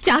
家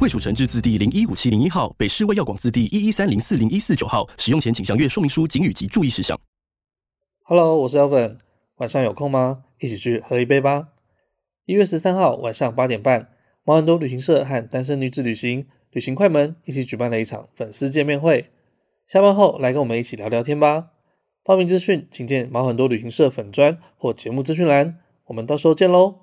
卫蜀成字字第零一五七零一号，北市卫药广字第一一三零四零一四九号。使用前请详阅说明书、警语及注意事项。 Hello，我是 Elvin，晚上有空吗？一起去喝一杯吧。一月十三号晚上八点半，毛很多旅行社和单身女子旅行旅行快门一起举办了一场粉丝见面会。下班后来跟我们一起聊聊天吧。报名资讯请见毛很多旅行社粉砖或节目资讯栏。我们到时候见喽。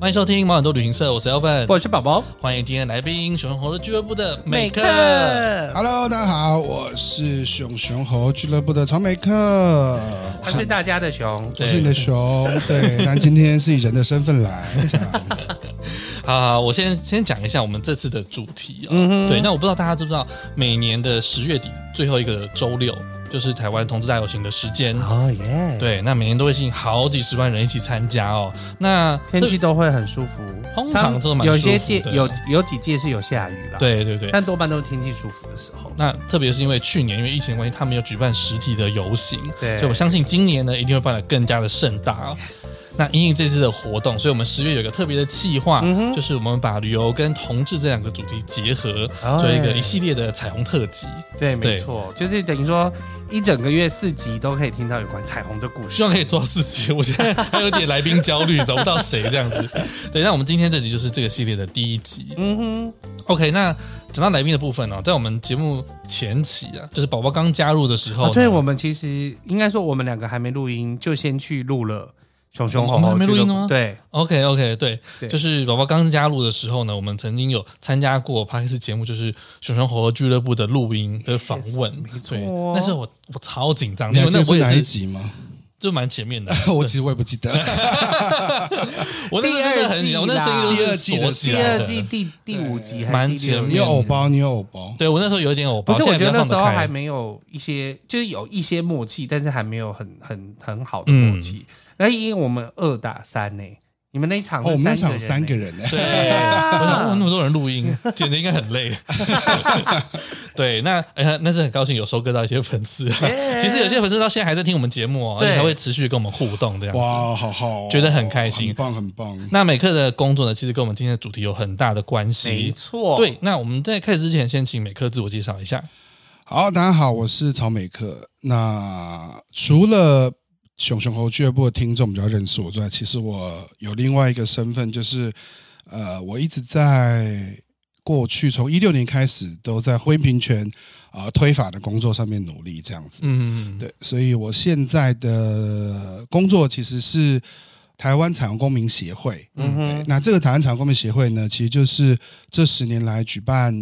欢迎收听毛很多旅行社，我是 Elvin，是宝宝，欢迎今天来宾熊猴的俱乐部的美克。 Hello，大家好，我是熊熊猴俱乐部的曹美克，他是大家的熊，我是你的熊， 对，但今天是以人的身份来，这样好好，我先先讲一下我们这次的主题啊、对，那我不知道大家知不知道，每年的十月底最后一个周六就是台湾同志大游行的时间。哦耶，对，那每年都会吸引好几十万人一起参加哦。那天气都会很舒服，通常都蛮有舒服些的届有有几届是有下雨了，，对对对，但多半都是天气舒服的时候。那特别是因为去年因为疫情的关系，他们有举办实体的游行，对所以我相信今年呢一定会办得更加的盛大哦。那因应这次的活动，所以我们十月有一个特别的计划，嗯就是我们把旅游跟同志这两个主题结合，哎做一个一系列的彩虹特辑，对，没对错，就是等于说一整个月四集都可以听到有关彩虹的故希事。望可以做到四集。我现在还有点来宾焦虑，找不到谁这样子。对，那我们今天这集就是这个系列的第一集。嗯哼， OK，那讲到来宾的部分哦，在我们节目前期啊，就是宝宝刚加入的时候呢、哦，对，我们其实应该说我们两个还没录音，就先去录了熊熊猴我们猴还没录音俱乐部吗对， OK OK，对，对就是宝宝刚加入的时候呢，我们曾经有参加过 p a r k 节目，就是熊熊猴猴俱乐部的录音的访问 Yes，没错对，那时候我我超紧张，你因还为记那得我是哪一也是集吗？就蛮前面的， 我其实我也不记得，我那时候真的很紧张，我第二季那啦声音都是第锁二季第起来二的。季第第五集还蛮是第六前你集面有偶包，你有偶包，对我那时候有一点偶包，不是，我觉得那时候还没没有一些，就是有一些默契，但是还没有很很很好的默契。那、因为我们二打三呢、你们那一场哦，我们那场有有三个，人呢，对，对啊我想哇，哦那么多人录音，剪的应该很累。 对，那哎、呀，那是很高兴有收割到一些粉丝、啊哎其实有些粉丝到现在还在听我们节目哦，而对且还会持续跟我们互动这样子。哇，好好哦，觉得很开心很棒，很棒。那美克的工作呢，其实跟我们今天的主题有很大的关没系。错，对，那我们在开始之前，先请美克自我介绍一下。好，大家好，我是曹美克。那除了熊熊猴俱乐部的听众比较认识我之外，其实我有另外一个身份，就是呃，我一直在过去从一六年开始都在婚姻平权啊、呃推法的工作上面努力，这样子。嗯，对，所以我现在的工作其实是台湾彩虹公民协会。嗯哼，那这个台湾彩虹公民协会呢，其实就是这十年来举办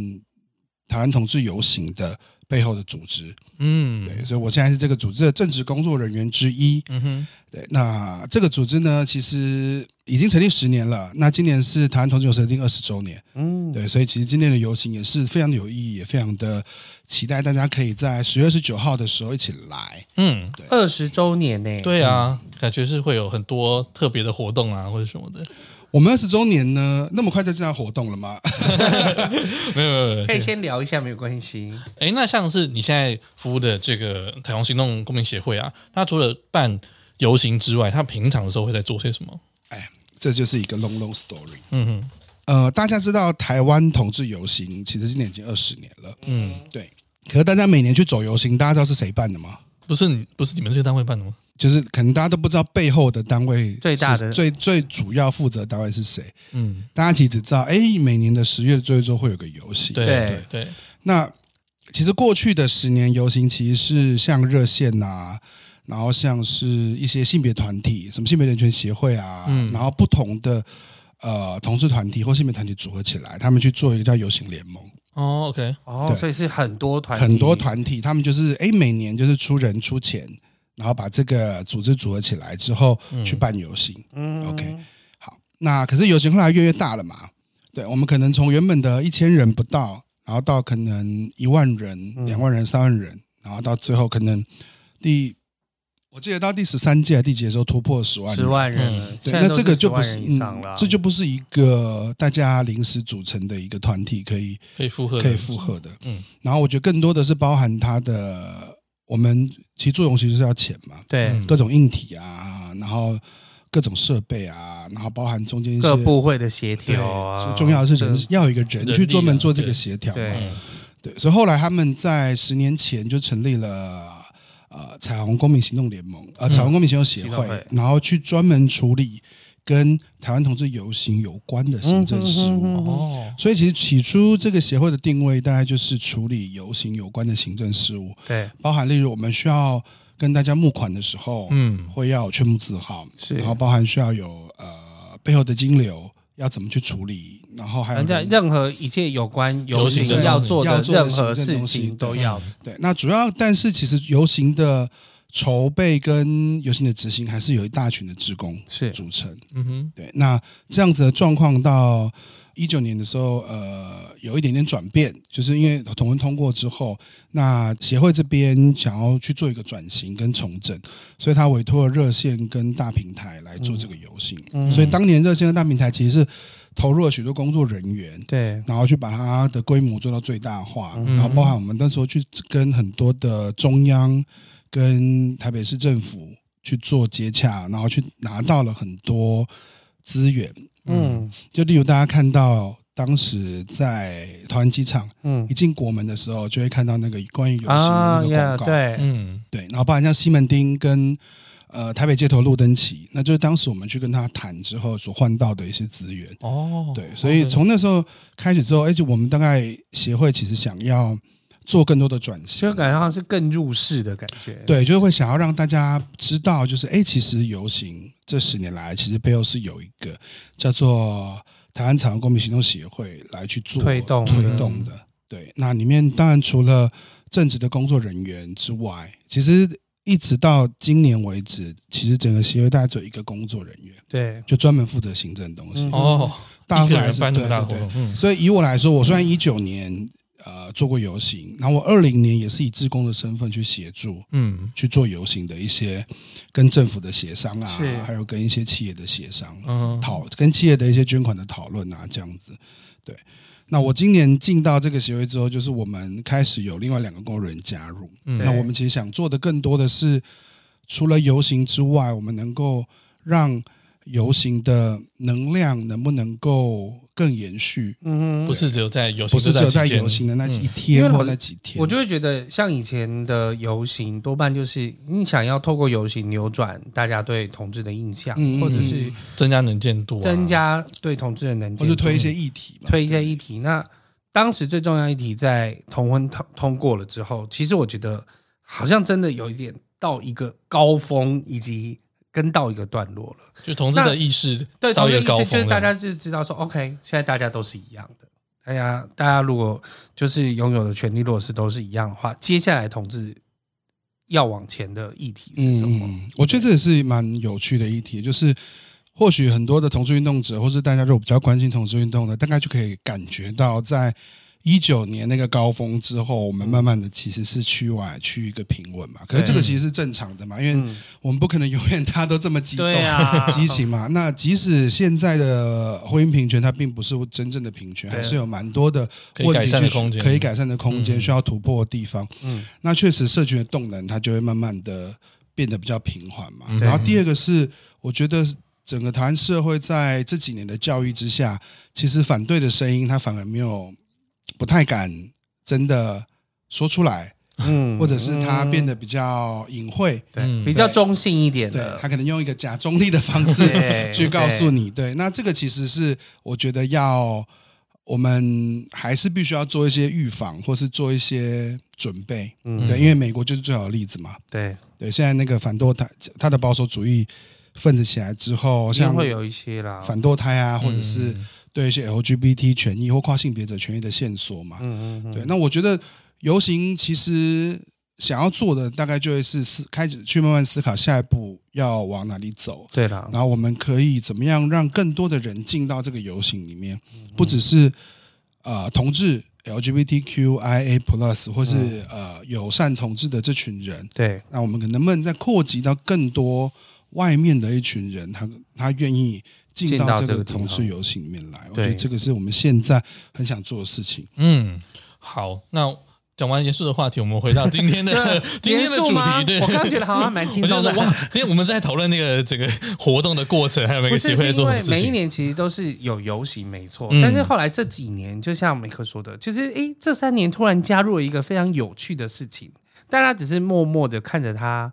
台湾同志游行的背后的组织。嗯，对，所以我现在是这个组织的正职工作人员之一。嗯哼，对，那这个组织呢，其实已经成立十年了。那今年是台湾同志游行成立二十周年，嗯，对，所以其实今年的游行也是非常的有意义，也非常的期待大家可以在十月二十九号的时候一起来。嗯，二十周年呢、对啊，感觉是会有很多特别的活动啊，或者什么的。 我们二十周年呢，那么快就这样活动了吗？ 没有没有没有可没以有，先聊一下，没有关系。哎，那像是你现在服务的这个彩虹行动公民协会啊，它除了办游行之外，它平常的时候会在做些什么？这就是一个 long long story。嗯哼，呃，大家知道台湾同志游行，其实今年已经二十年了。嗯，对，可是大家每年去走游行，大家知道是谁办的吗？不是你不是你们这个单位办的吗？就是可能大家都不知道背后的单位最大的是最最主要负责单位是谁，嗯，大家其实只知道，哎，每年的十月最后一周会有个游戏。对对对，那其实过去的十年游行，其实是像热线呐、然后像是一些性别团体，什么性别人权协会啊，嗯然后不同的呃同志团体或性别团体组合起来，他们去做一个叫游行联盟。哦，OK，哦对，所以是很多团体很多团体，他们就是哎，诶每年就是出人出钱，然后把这个组织组合起来之后嗯去办游行。嗯 OK 好，那可是游行后来越来越大了嘛，对我们可能从原本的一千人不到，然后到可能一万人、嗯两万人、三万人，然后到最后可能第，我记得到第十三届、第几届的时候突破十万人十。万人嗯了，对，现在那都这个就10不万是，人以上了嗯，，这就不是一个大家临时组成的一个团体可以可以负荷的，可以负荷的。嗯嗯，然后我觉得更多的是包含它的，我们其实做东西是要钱嘛，对嗯各种硬体啊，然后各种设备啊，然后包含中间一些各部会的协对调啊，最重要的是这人要有一个人去专门做这人力个啊协调对嘛。嗯对，所以后来他们在十年前就成立了。呃，彩虹公民行动联盟，呃，彩虹公民行动嗯协行会动，会然后去专门处理跟台湾同志游行有关的行政事嗯务。哼哼哼哦，所以其实起初这个协会的定位大概就是处理游行有关的行政事务，对包含例如我们需要跟大家募款的时候，嗯会要有劝募字号，是然后包含需要有呃背后的金流要怎么去处理，然后还有反正人任何一切有关游游行行的嗯要做要的做的任何行政事东西情都对要，对，那主要但是其实游行的筹备跟游行的执行还是有一大群的职工是组成，嗯哼，对，那这样子的状况到一九年的时候，呃，有一点点转变，就是因为同文通过之后，那协会这边想要去做一个转型跟重整，所以他委托了热线跟大平台来做这个游行。嗯所以当年热线跟大平台其实是投入了许多工作人员。对，然后去把它的规模做到最大化，嗯然后包含我们那时候去跟很多的中央跟台北市政府去做接洽，然后去拿到了很多资源。嗯就例如大家看到当时在桃园机场嗯一进国门的时候，就会看到那个关于游行啊的那呀，个广告，对，嗯对，然后包含像西门町跟呃台北街头路灯旗，那就是当时我们去跟他谈之后所换到的一些资源。哦，对，所以 OK 从那时候开始之后，哎、就我们大概协会其实想要做更多的转型就，感觉好像是更入世的感觉，对，就是会想要让大家知道，就是哎、其实游行这十年来，其实背后是有一个叫做台湾彩虹公民行动协会来去做推动的推动的。对，那里面当然除了正职的工作人员之外，其实一直到今年为止，其实整个协会大概只有一个工作人员，对，就专门负责行政的东西。嗯哦，大一部个分还人是办那么对大对活对动，嗯所以以我来说，我虽然一九年呃做过游行，然后我二零年也是以志工的身份去协助嗯去做游行的一些跟政府的协商啊是，还有跟一些企业的协商，嗯，讨跟企业的一些捐款的讨论啊，这样子。对，那我今年进到这个协会之后，就是我们开始有另外两个工作人员加入，嗯那我们其实想做的更多的是，除了游行之外，我们能够让游行的能量能不能够更延续，嗯不。是只有在游行，不是只有在期间游行的那嗯一因为天老或师那几天，我就会觉得，像以前的游行，多半就是你想要透过游行扭转大家对同志的印象，嗯嗯或者是增加能见度啊，增加对同志的能或见者度，推一些议题嗯嘛，推一些议题。那当时最重要一题在同婚通通过了之后，其实我觉得好像真的有一点到一个高峰，以及跟到一个段落了。就同志的意识对，到同一志个意高思峰，就是大家就知道说，OK，现在大家都是一样的。大家，大家如果就是拥有的权利弱势都是一样的话，接下来同志要往前的议题是什么？嗯，我觉得这也是蛮有趣的议题，就是或许很多的同志运动者，或是大家如果比较关心同志运动的，大概就可以感觉到，在一九年那个高峰之后，嗯我们慢慢的其实是趋往趋一个平稳嘛。可是这个其实是正常的嘛，因为嗯，我们不可能永远大家都这么激动。对啊，激情嘛，那即使现在的婚姻平权，它并不是真正的平权，对还是有蛮多的可以问改题善的去空间可以改善的空间，嗯需要突破的地方。嗯，那确实社群的动能它就会慢慢的变得比较平缓嘛。嗯然后第二个是，我觉得整个台湾社会在这几年的教育之下，其实反对的声音它反而没有不太敢真的说出来，嗯或者是它变得比较隐晦，对嗯比较中性一点对的，它可能用一个假中立的方式对 去告诉对你。对，那这个其实是我觉得要。我们还是必须要做一些预防，或是做一些准备。嗯对，因为美国就是最好的例子嘛。对，对，现在那个反堕胎，他的保守主义分子起来之后，一定像会有一些啦，反堕胎啊，或者嗯是对一些 LGBT 权益或跨性别者权益的线索嘛。嗯嗯嗯，对，那我觉得游行其实想要做的大概就会是思开始去慢慢思考下一步要往哪里走，对啦，然后我们可以怎么样让更多的人进到这个游行里面，嗯不只是呃同志 LGBTQIA plus 或是、嗯呃友善同志的这群人，对，那我们能不能再扩及到更多外面的一群人，他他愿意进进到到这这个个地方同志游行里面来？我对觉得这个是我们现在很想做的事情。嗯，好，那讲完严肃的话题，我们回到今 天的 今天的主结束吗题。对，我刚刚觉得好 像蛮轻我就松的说。哇，今天我们在讨论那个整个活动的过程，还有每不个是协是会因做什为么事每一情。年其实都是有游行，没错。嗯但是后来这几年，就像梅克说的，就是诶，这三年突然加入了一个非常有趣的事情，大家只是默默的看着他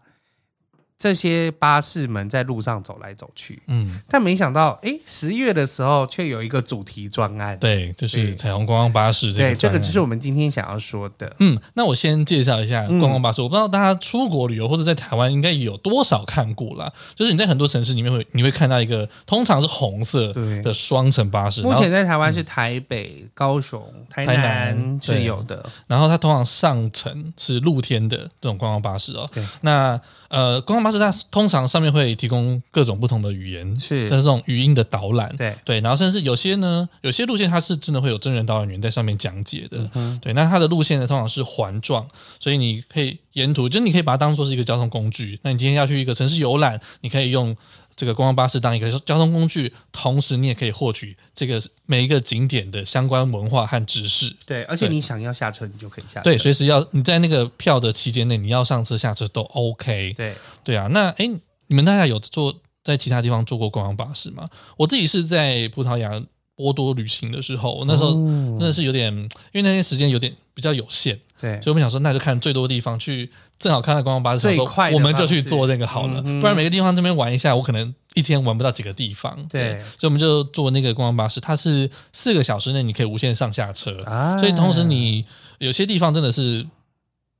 这些巴士们在路上走来走去，嗯，但没想到诶，十月的时候却有一个主题专案。对，对就是彩虹观光巴士这个对，这个专就案是我们今天想要说的。嗯，那我先介绍一下嗯观光巴士。我不知道大家出国旅游或者在台湾应该有多少看过啦，就是你在很多城市里面会你会看到一个通常是红色对的双层巴士，目然后前在台湾是台北、高雄、台台南南是对有的，然后它通常上层是露天的这种观光巴士哦。对，那呃，观光巴士它通常上面会提供各种不同的语言，是但是这种语音的导览，对对，然后甚至有些呢，有些路线它是真的会有真人导览员在上面讲解的，哼对。那它的路线呢，通常是环状，所以你可以沿途，就是你可以把它当做是一个交通工具。那你今天要去一个城市游览，你可以用。这个观光巴士当一个交通工具，同时你也可以获取这个每一个景点的相关文化和知识。对，而且对你想要下车，你就可以下车。对，随时要你在那个票的期间内，你要上车下车都 OK。对，对啊，那哎，你们大家有坐在其他地方坐过观光巴士吗？我自己是在葡萄牙波多旅行的时候，我那时候哦真的是有点，因为那天时间有点比较有限，对所以我们想说，那就看最多地方去，正好看到观光巴士，最想说快的我们就方去式做那个好了，嗯哼不然每个地方这边玩一下，我可能一天玩不到几个地方。对所以我们就坐那个观光巴士，它是四个小时内你可以无限上下车，啊所以同时你有些地方真的是。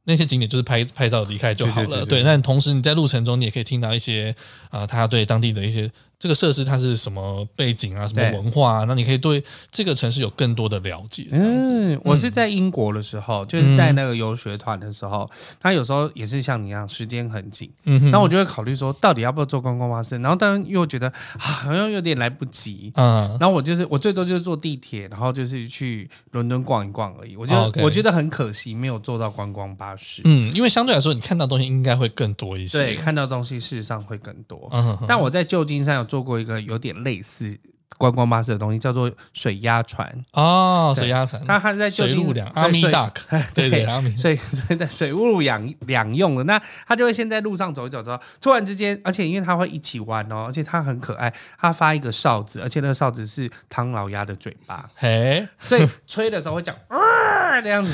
那些景点就是拍拍照离开就好对对了，对对对对。但同时你在路程中，你也可以听到一些啊、呃，他对当地的一些这个设施它是什么背景啊，什么对文化啊，那你可以对这个城市有更多的了解。这样子嗯，我是在英国的时候，就是带那个游学团的时候，他有时候也是像你一样，时间很紧，嗯哼，那、我就会考虑说，到底要不要坐观光巴士？然后当然又觉得啊，好像有点来不及。嗯然后我就是我最多就是坐地铁，然后就是去伦敦逛一逛而已。我觉得、哦，OK 我觉得很可惜，没有坐到观光巴士。嗯，因为相对来说，你看到的东西应该会更多一些。对，看到东西事实上会更多。嗯哼，但我在旧金山有做过一个有点类似观光巴士的东西，叫做水鸭船。哦，对水鸭船，它它在旧水金陆两阿米 对水 duck，对对，阿米所以所以在水陆两两用的，那他就会先在路上走一走之后，突然之间，而且因为他会一起玩哦，而且他很可爱，他发一个哨子，而且那个哨子是唐老鸭的嘴 巴，嘿，所以吹的时候会讲啊这样子，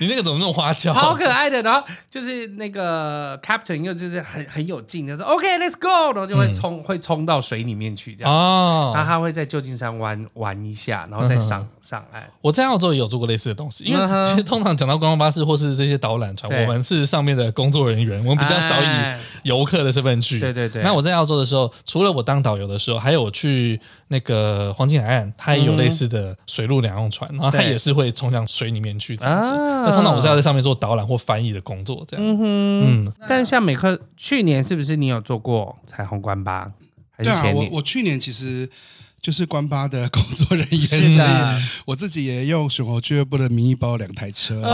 你那个怎么那么花俏？超可爱的。然后就是那个 captain 又就是很很有劲，就是 OK，let's、go，然后就会冲、嗯会冲到水里面去这样。哦，然后他会在旧金山湾玩一下，然后再上、上岸。我在澳洲也有做过类似的东西，因为嗯哼其实通常讲到观光巴士或是这些导览船，对我们是上面的工作人员，我们比较少以哎游客的身份去。对对对那我在澳洲的时候，除了我当导游的时候，还有我去那个黄金海岸，它也有类似的水陆两用船，然后它嗯对也是会冲向水里面去这样子。啊那通常我是要在上面做导览或翻译的工作这样子。嗯嗯哼，但像美克去年是不是你有做过彩虹关吧？还是对啊，前我年？我去年其实就是关巴的工作人员，是所以的， 我自己也用熊猴俱乐部的名义包了两台车。哦，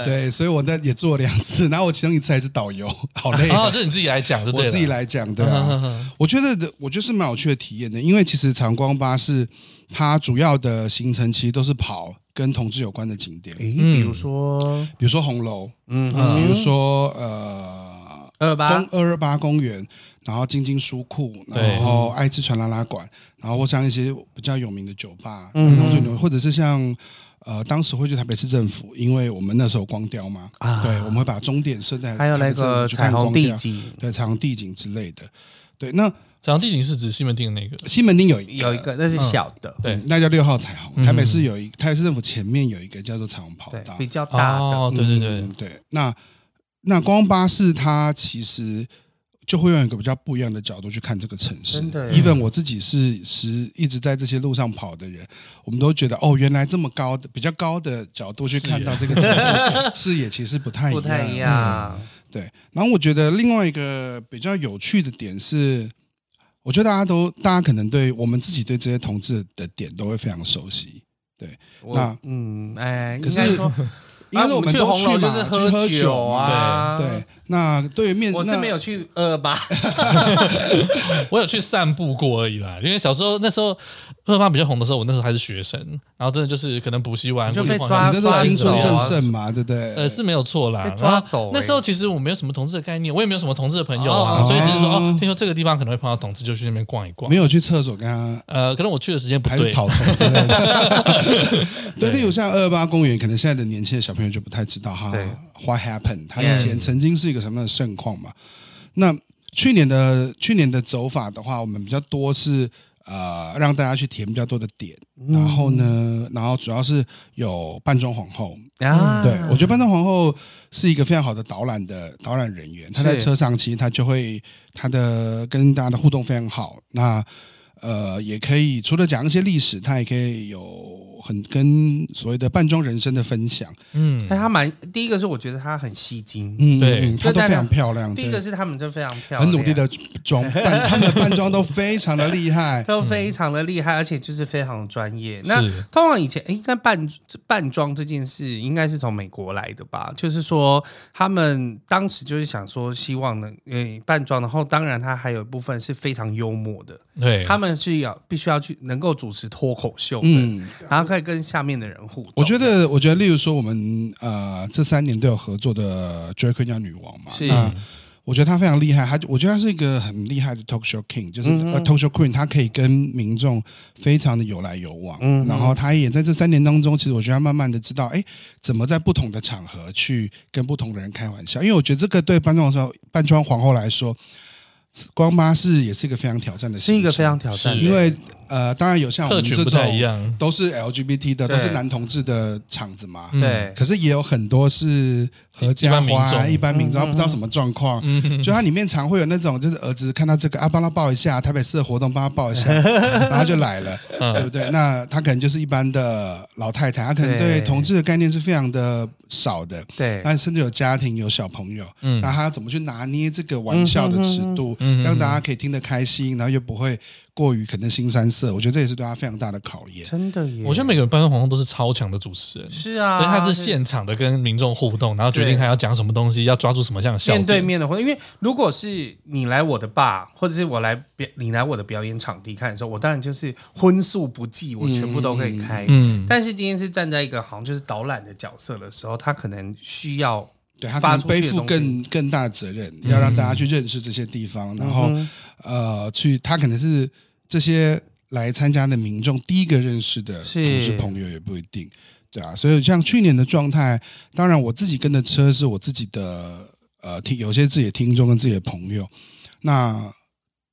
啊对，所以我那也做了两次，然后我其中一次还是导游，好累、哦，这你自己来讲就对哎我了。自己来讲的、嗯啊。哼哼我觉得我就是蛮有趣的体验的，因为其实长光巴士它主要的行程其实都是跑跟同志有关的景点，诶，嗯比如说，比如说红楼，嗯比哼如，说呃二八公，二二八公园，然后晶晶书库，对然后爱之船拉拉馆，然后或像一些比较有名的酒吧，嗯同志有或者是像。呃，当时会去台北市政府，因为我们那时候光雕嘛，啊对，我们会把终点设在还有那台北市政个府去彩看虹光雕地景，对，彩虹地景之类的。对，那朝阳地景是指西门町的那个，西门町有一有一个那是小的，对啊嗯那叫六号彩虹。嗯台北市有一，台北市政府前面有一个叫做彩虹跑对道，比较大的，哦，对对对嗯，对。那那光巴士它其实就会用一个比较不一样的角度去看这个城市。真的耶 even 我自己是时一直在这些路上跑的人，我们都觉得哦，原来这么高的比较高的角度去视野看到这个城市，视野其实不太一不样。太一样，对，然后我觉得另外一个比较有趣的点是，我觉得大家都，大家可能对我们自己对这些同志的点都会非常熟悉，我那嗯哎，可应是该说，因为啊我们去都红楼嘛，就是去喝酒嘛。啊，对，，那对于面我是那没有去二八，对，我有去散步过而已啦。因为小时候那时候二八比较红的时候，我那时候还是学生，然后真的就是可能补习完你就过被去晃抓晃你那时候青抓春走正啊盛嘛，对不对？呃，是没有错啦被。抓然后走欸那时候其实我没有什么同志的概念，我也没有什么同志的朋友啊，哦所以只是说哦哦，听说这个地方可能会碰到同志，就去那边逛一逛没。有去厕所跟他呃，可能我去的时间不还是对，草丛之类的。对对，例如像二八公园，可能现在的年轻的小朋友就不太知道哈对，What happened？它 Yes 以前曾经是一个什么样的盛况嘛？那去年的去年的走法的话，我们比较多是呃让大家去填比较多的点，然后呢，然后主要是有扮装皇后，啊，嗯对，我觉得班长皇后是一个非常好的导览的导览人员，她在是车上其实她就会她的跟大家的互动非常好。那呃，也可以除了讲一些历史，她也可以有很跟所谓的扮装人生的分享。嗯，但他蛮第一个是我觉得他很吸睛，嗯，对嗯她就都大家非常漂亮。第一个对是他们真的非常漂亮，很努力的装扮，他们的扮装都非常的厉 害。都非常的嗯厉害，而且就是非常专业。那是通常以前，诶应该扮扮装这件事应该是从美国来的吧？就是说，他们当时就是想说，希望能诶、扮装，然后当然他还有一部分是非常幽默的，对，他们是要必须要去能够主持脱口秀的，嗯，然后可以跟下面的人互动。我觉得，我觉得，例如说我们呃这三年都有合作的 j a c k 叫女王嘛，是那我觉得她非常厉害，她我觉得她是一个很厉害的 talk show king，就是、嗯呃 talk show queen，她可以跟民众非常的有来有往，嗯然后她也在这三年当中，其实我觉得她慢慢的知道，哎，怎么在不同的场合去跟不同的人开玩笑，因为我觉得这个对班庄的时候，班庄皇后来说，光妈是也是一个非常挑战的行是程，一个非常挑战的，是因为呃，当然有像我客们群这不太一种。样，都是 LGBT 的，对都是男同志的场子嘛。嗯对可是也有很多是合家一般民欢，众嗯一般民众，他不知道什么状况，就它里面常会有那种，就是儿子看到这个啊，帮他报一下台北市的活动，帮他报一 下，然后就来了，嗯对不对？那他可能就是一般的老太太，她可能对对同志的概念是非常的少的，对但甚至有家庭有小朋友，嗯那他要怎么去拿捏这个玩笑的尺度，嗯嗯嗯让大家可以听得开心，然后又不会过于可能新三色，我觉得这也是对他非常大的考验。真的耶，我觉得每个班上皇后都是超强的主持人，是因啊，为他是现场的跟民众互动，然后决定他要讲什么东西，要抓住什么样的笑面对点。面的活动，因为如果是你来我的吧，或者是我来表你来我的表演场地看的时候，我当然就是荤素不忌，我全部都可以开。嗯，但是今天是站在一个好像就是导览的角色的时候，他可能需要对他可发能出去背的负东西嗯更更大的责任，要让大家去认识这些地方，然后呃，去他可能是这些来参加的民众第一个认识的是同事朋友也不一定，对啊，所以像去年的状态，当然我自己跟的车是我自己的呃听有些自己的听众跟自己的朋友，那。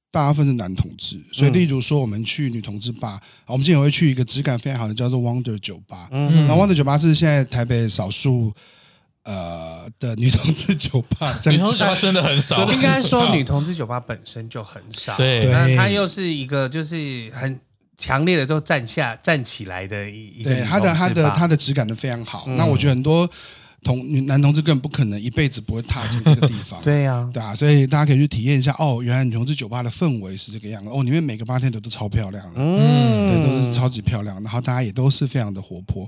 大部分是男同志，所以嗯例如说我们去女同志吧，我们之前也会去一个质感非常好的叫做 Wonder 酒吧，嗯然后 Wonder 酒吧是现在台北少数呃的女同志酒吧，这女样同子志酒吧真的很少，应该说女同志酒吧本身就很少，对那对他又是一个就是很强烈的就站下站起来的一一个对她的她的她他的质感都非常好。嗯那我觉得很多同女男同志根本不可能一辈子不会踏进这个地 方。对呀、对啊，所以大家可以去体验一下哦，原来女同志酒吧的氛围是这个样子哦，里面每个八天都都超漂亮的，嗯，对，都是超级漂亮，然后大家也都是非常的活泼。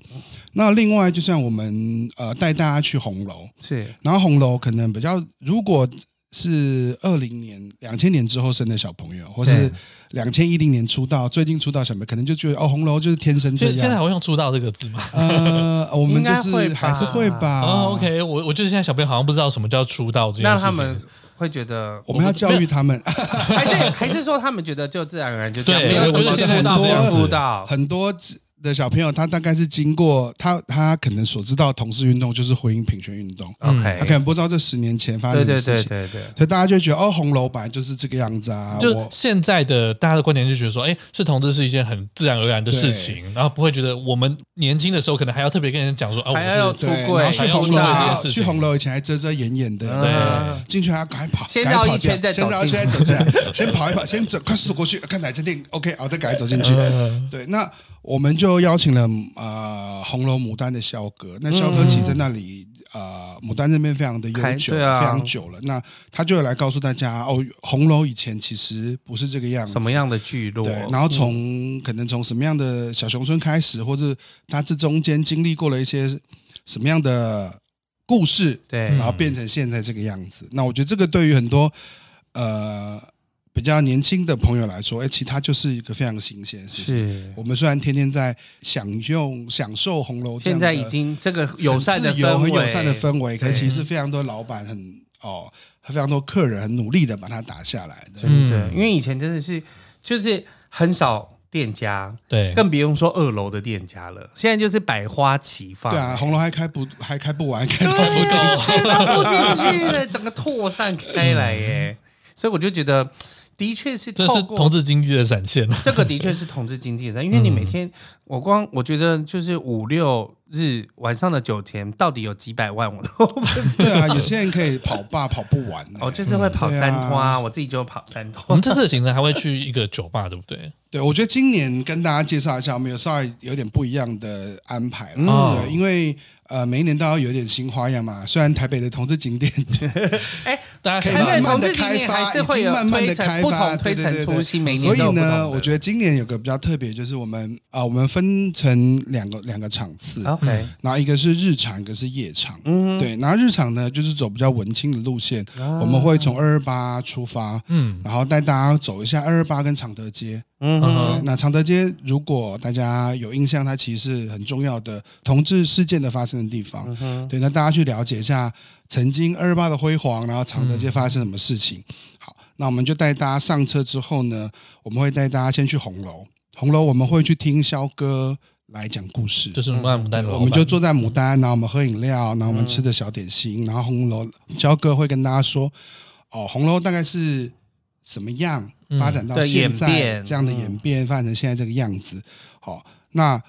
那另外，就像我们呃带大家去红楼，是然后红楼可能比较，如果是二零年、两千年之后生的小朋友，或是两千一零年出道、最近出道小朋友，可能就觉得哦，红楼就是天生这现现在还样。会用“出道”这个字吗？ 呃，我们就应该会是吧还是会吧。哦，OK，我我就是现在小朋友好像不知道什么叫出道这件那事情。他们会觉得我们要教育他们。还是还是说他们觉得就自然而然就这样，对 没有什我觉么得现在出是道这不样子出道，很多的小朋友，他大概是经过他他可能所知道的同事运动就是婚姻平权运动，他可，OK，能不知道这十年前发对生对的事情，对对对，所以大家就觉得哦，红楼本来就是这个样子啊，就我现在的大家的观点就觉得说，哎、是同志是一件很自然而然的事情，然后不会觉得我们年轻的时候可能还要特别跟人讲说，啊，我还要是出对，柜然后去还要红出楼柜这件啊事情去红楼以前还遮遮掩掩的，嗯对进去还要赶快跑，先赶快绕跑一圈掉再先走绕一进圈再走进来， 先跑一跑，先走，快速过去，看哪间店 OK，好，再赶快走进去。嗯对，那我们就邀请了呃红楼牡丹的肖哥，那肖哥其实在那里。呃，牡丹那边非常的悠嗯开久，对啊非常久了。那他就有来告诉大家，哦，红楼以前其实不是这个样子，什么样的嗯聚落？对，然后从、可能从什么样的小熊村开始，或者他这中间经历过了一些什么样的故事，对然后变成现在这个样子。那我觉得这个对于很多呃比较年轻的朋友来说，哎、其实它就是一个非常新鲜的事情。是我们虽然天天在享用享受红楼现这样的在很自由，已经这个友善的氛围，很友善的氛围，可是对其实非常多老板很哦，非常多客人很努力的把它打下来的。真的，嗯因为以前真的是就是很少店家，对，更不用说二楼的店家了。现在就是百花齐放，对啊，红楼还开不还开不完，开对到不进去了，不进去了，整个拓散开来耶。所以我就觉得，的确是这透是过同志经济的 展现。这个的确是统治经济的，因为你嗯每天，我光我觉得就是五六日晚上的酒钱，到底有几百万我都不知对啊，有些人可以跑吧跑不完、欸。道，我就是会跑三对拖啊，啊我自己就跑三拖我。们这次的行程还会去一个酒吧，对不对？对，我觉得今年跟大家介绍一下，我们有稍微有点不一样的安排啦。嗯对，因为呃，每一年都要有点新花样嘛。虽然台北的同志景点哎，大家可以台慢北慢同慢志地景开点发，还是会已有经慢慢推的陈开不发，同推陈出新，每所年都以有不同的。呢，我觉得今年有个比较特别，就是我们啊、呃我们分成两个两个场次。 OK，然后一个是日场，一个是夜场，嗯啊对。然后日场呢，就是走比较文青的路线，我们会从二二八出发，嗯，然后带大家走一下二二八跟常德街。嗯嗯哼哼那常德街，如果大家有印象，它其实是很重要的同志事件的发生的地方。嗯哼，对，那大家去了解一下曾经二八的辉煌，然后常德街发生什么事情。嗯好，那我们就带大家上车之后呢，我们会带大家先去红楼。红楼我们会去听肖哥来讲故事，就是曼牡丹的老我板，们就坐在牡丹，然后我们喝饮料，然后我们嗯吃的小点心，然后红楼肖哥会跟大家说，哦，红楼大概是什么样嗯发展到对现演在变嗯这样的演变，发展成现在这个样子。好，那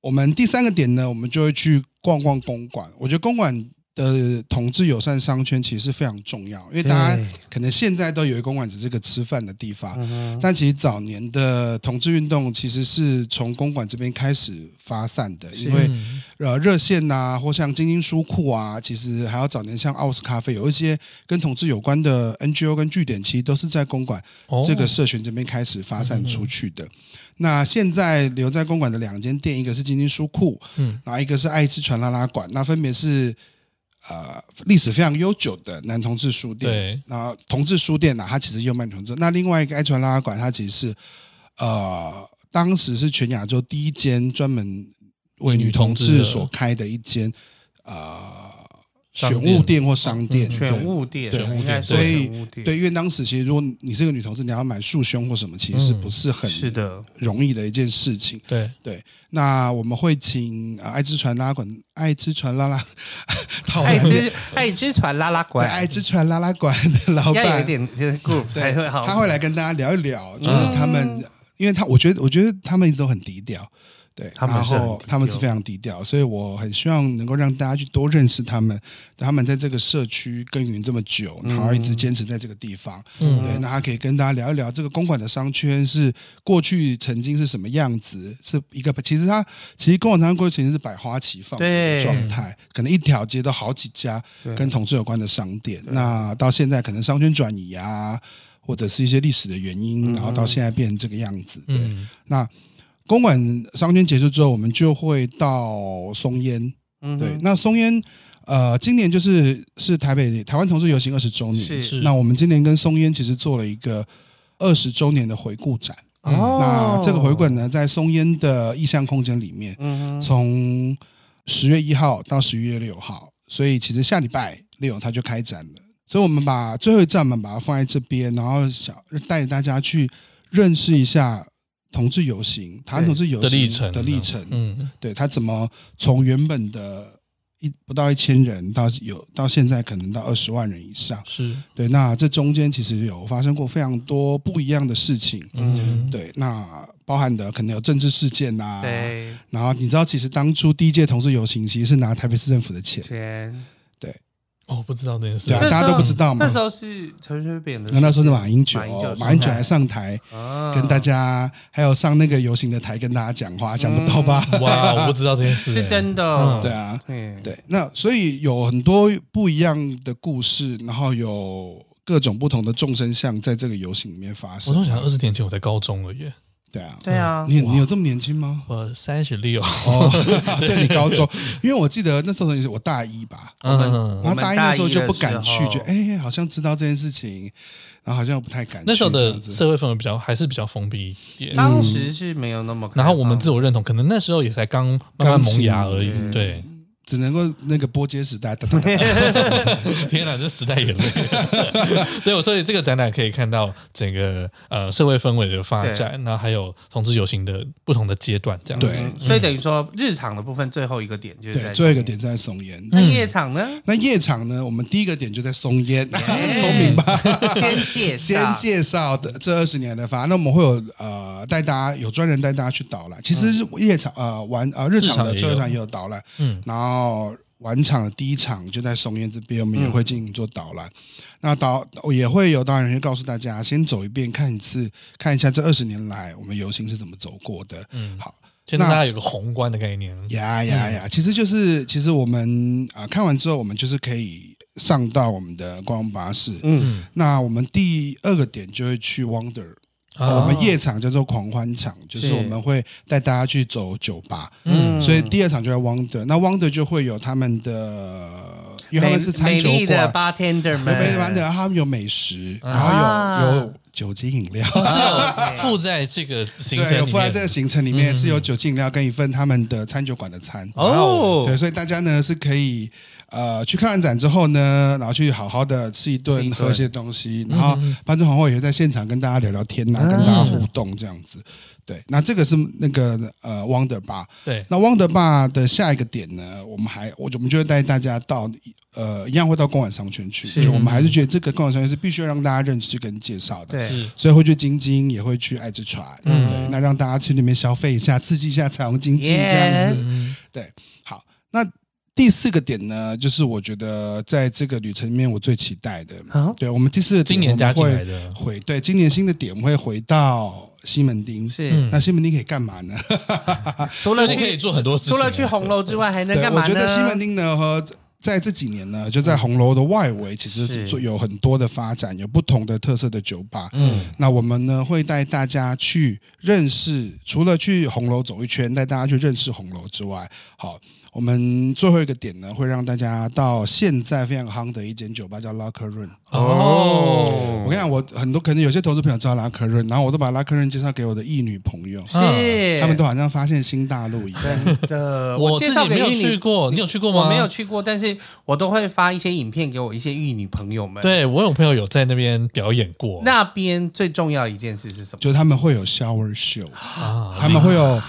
我们第三个点呢，我们就会去逛逛公馆。我觉得公馆。的同志友善商圈其实非常重要，因为大家对可能现在都以为公馆只是个吃饭的地方，嗯哼，但其实早年的同志运动其实是从公馆这边开始发散的，因为嗯呃热线呐、或像晶晶书库啊，其实还有早年像奥斯咖啡，有一些跟同志有关的 NGO 跟据点，其实都是在公馆哦这个社群这边开始发散出去的。那现在留在公馆的两间店，一个是晶晶书库，嗯嗯，然后一个是爱之船拉拉馆，那分别是。呃，历史非常悠久的男同志书店，对然后同志书店呢、啊它其实又卖同志。那另外一个爱川拉拉馆，它其实是呃，当时是全亚洲第一间专门为女同志所开的一间呃商选店物店或嗯商店。选对物店，对应该说所以选物店对，因为当时其实如果你是个女同志，你要买束胸或什么，其实是不是很是的，容易的一件事情。对，那我们会请呃爱之船拉拉馆、爱之船拉拉，好爱难念之爱之船拉拉对馆，爱之船拉拉馆的老要有一板，点就是 group 对才会好，嗯他会来跟大家聊一聊，就是他们，因为他我觉得，我觉得他们一直都很低调，对，他们然是很低后调他们是非常低调，所以我很希望能够让大家去多认识他们，他们在这个社区耕耘这么久，嗯然后一直坚持在这个地方，嗯对，那他可以跟大家聊一聊这个公馆的商圈是过去曾经是什么样子，是一个其实它其实公馆商圈过去曾经是百花齐放对的状态，可能一条街都好几家对跟同志有关的商店。那到现在可能商圈转移啊，或者是一些历史的原嗯因，然后到现在变成这个样子。对，嗯，那公馆商圈结束之后，我们就会到松烟。嗯对，哼，那松烟。呃，今年就是是台北台湾同志游行二十周年，是是那我们今年跟松烟其实做了一个二十周年的回顾展。哦那这个回顾展呢，在松烟的意向空间里面，嗯哼，从十月一号到十一月六号，所以其实下礼拜六它就开展了。所以我们把最后一站我们把它放在这边，然后想带着大家去认识一下同志游行，台湾对同志游的行历程啊的历程，嗯，对他怎么从原本的一不到一千人到有到现在可能到二十万人以上，是，对，那这中间其实有发生过非常多不一样的事情，嗯，对，那包含的可能有政治事件呐、啊，对，然后你知道其实当初第一届同志游行其实是拿台北市政府的钱，钱哦，不知道这件事对啊，，大家都不知道嘛那。时候是陈水扁的，那那时候是马英九马英九，哦嗯马英九还上台跟大家，还有上那个游行的台跟大家讲话，想不到吧？ 哇，我不知道这件事，是真的，嗯 对啊，对对，那所以有很多不一样的故事，然后有各种不同的众生相在这个游行里面发我都生。想二十年前我在高中了耶，对啊，对啊，嗯你你有这么年轻吗？ 我三十六，哦， 对你高中，因为我记得那时候我大一吧，嗯，然后一那时候就不敢我去，们大一的时觉候得哎，好像知道这件事情，然后好像又不太敢去。那时候这的样子社会氛围比较还是比较封闭一点，当时是没有那么开放，然后我们自我认同可能那时候也才刚慢慢萌芽而已，刚起对，只能够那个波接时代，哒哒哒哒 天哪，这时代眼泪。对，我所以这个展览可以看到整个呃社会氛围的发展，然后还有同志游行的不同的阶段，这样子对嗯所以等于说日常的部分最后一个点就是在对，最后一个点在松烟。嗯那夜场呢？哎那夜场呢？我们第一个点就在松烟，聪明吧？ 先介先绍，介绍的这二十年的发，那我们会有呃带大家有专人带大家去导览。其实是夜场呃晚呃日场的嗯日常也有最后一场也有导览，嗯然后晚场的第一场就在松烟这边，我们也会进行做导览。嗯那导也会有导演会告诉大家，先走一遍看一次，看一下这二十年来我们游行是怎么走过的。嗯好，先让大家有个宏观的概念。呀呀呀！其实就是，其实我们啊、看完之后，我们就是可以上到我们的观光巴士。嗯，那我们第二个点就会去 Wonder，、啊我们夜场叫做狂欢场，就是哦是我们会带大家去走酒吧，嗯所以第二场就在 Wonder。那 Wonder 就会有他们的，因为他美们是餐美酒丽的馆， bartender 美们，美完的，他们有美食，然后有、啊有酒精饮料。哦 是有附在这个行对，程有里附在这个面，行程里面是有酒精饮料跟一份他们的餐酒馆的餐嗯哦对，，所以大家呢是可以呃去看完展之后呢，然后去好好的吃一顿吃一，顿喝些东西，然后班中皇后也会在现场跟大家聊聊天呐、嗯跟大家互动这样子。对，那这个是那个呃 Wonder Bar。对，那 Wonder Bar 的下一个点呢，我们还我我们就会带大家到呃一样会到公馆商圈去，是就我们还是觉得这个公馆商圈是必须要让大家认识跟介绍的。对，是所以会去晶晶，也会去爱之船，嗯对，那让大家去那边消费一下，刺激一下彩虹经济这样子。嗯好，那第四个点呢，就是我觉得在这个旅程里面我最期待的，啊对我们第四个点今年加进来的我们会回对今年新的点，我们会回到西门町。是那西门町可以干嘛呢？除了那嗯你可以去做很多事情除了去红楼之外，还能对，干我嘛呢？觉得西门町呢和在这几年呢，就在红楼的外围，其实嗯是做有很多的发展，有不同的特色的酒吧。嗯那我们呢会带大家去认识，除了去红楼走一圈，带大家去认识红楼之外，好，我们最后一个点呢会让大家到现在非常夯的一间酒吧叫 Locker Room。哦我跟你讲，我很多可能有些投资朋友知道 Locker Room，然后我都把 Locker Room 介绍给我的异女朋友，是他们都好像发现新大陆一样。真的，我哦介自绍己给没有玉女去过，你有去过吗？我没有。去过，但是我都会发一些影片给我一些玉女朋友们。，对我有朋友有在那边表演过，那边最重要一件事是什么？就他们会有 shower show，啊他哎们会有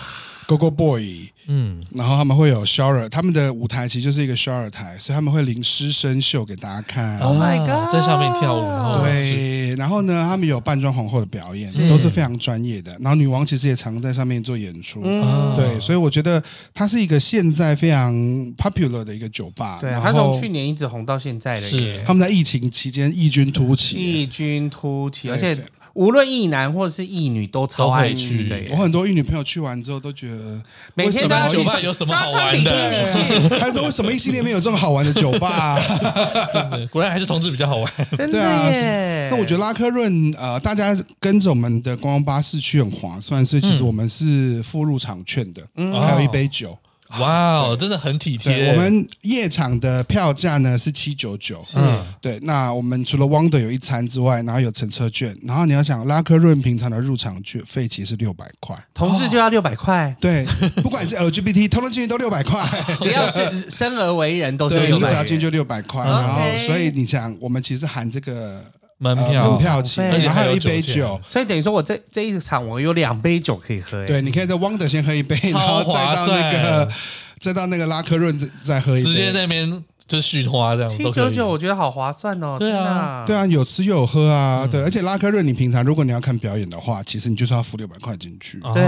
Go Go Boy，嗯然后他们会有 shower，他们的舞台其实就是一个 shower 台，所以他们会淋湿身秀给大家看。 Oh my god 在上面跳舞，然后是对，然后呢，他们有扮装皇后的表演，是都是非常专业的。然后女王其实也常在上面做演出，啊嗯，对，所以我觉得它是一个现在非常 popular 的一个酒吧。对，啊然他后从去年一直红到现在的，是他们在疫情期间异军突起，异军突起，对而且无论异男或是异女都超爱去都的会我耶，很多一女朋友去完之后都觉得，每天都为要什么去酒吧有什么好玩都要穿比基的？对，他说为什么异性恋没有这么好玩的酒吧啊、对果然还是同志比较 好玩。尼真对啊的耶。那我觉得拉科润，呃，大家跟着我们的观光巴士去很划算，所以其实我们是付入场券的，还有一杯酒。哇哦，真的很体贴。对，我们夜场的票价呢是七九九。嗯对，那我们除了 Wonder 有一餐之外，然后有乘车券，然后你要想拉科润平常的入场券费其实是六百块，同志就要六百块， 对，不管是 LGBT 通通进去都六百 块，只要是生而为人都是对，六你只百要进去就六百块，然后 OK 所以你想，我们其实含这个门呃啊票门票钱，而且然后还还有有一杯酒酒。所以等于说我这这一场我有两杯酒可以喝、欸，对，，你可以在汪德先喝一杯，然超后再划到那个算，再到那个拉克润再再喝一杯。直接在那边就续花这样七都可九以。九我觉得好划算哦，对啊天哪对，啊，有吃有喝啊，嗯对，而且拉克润，你平常如果你要看表演的话，其实你就是要付六百块进去，啊对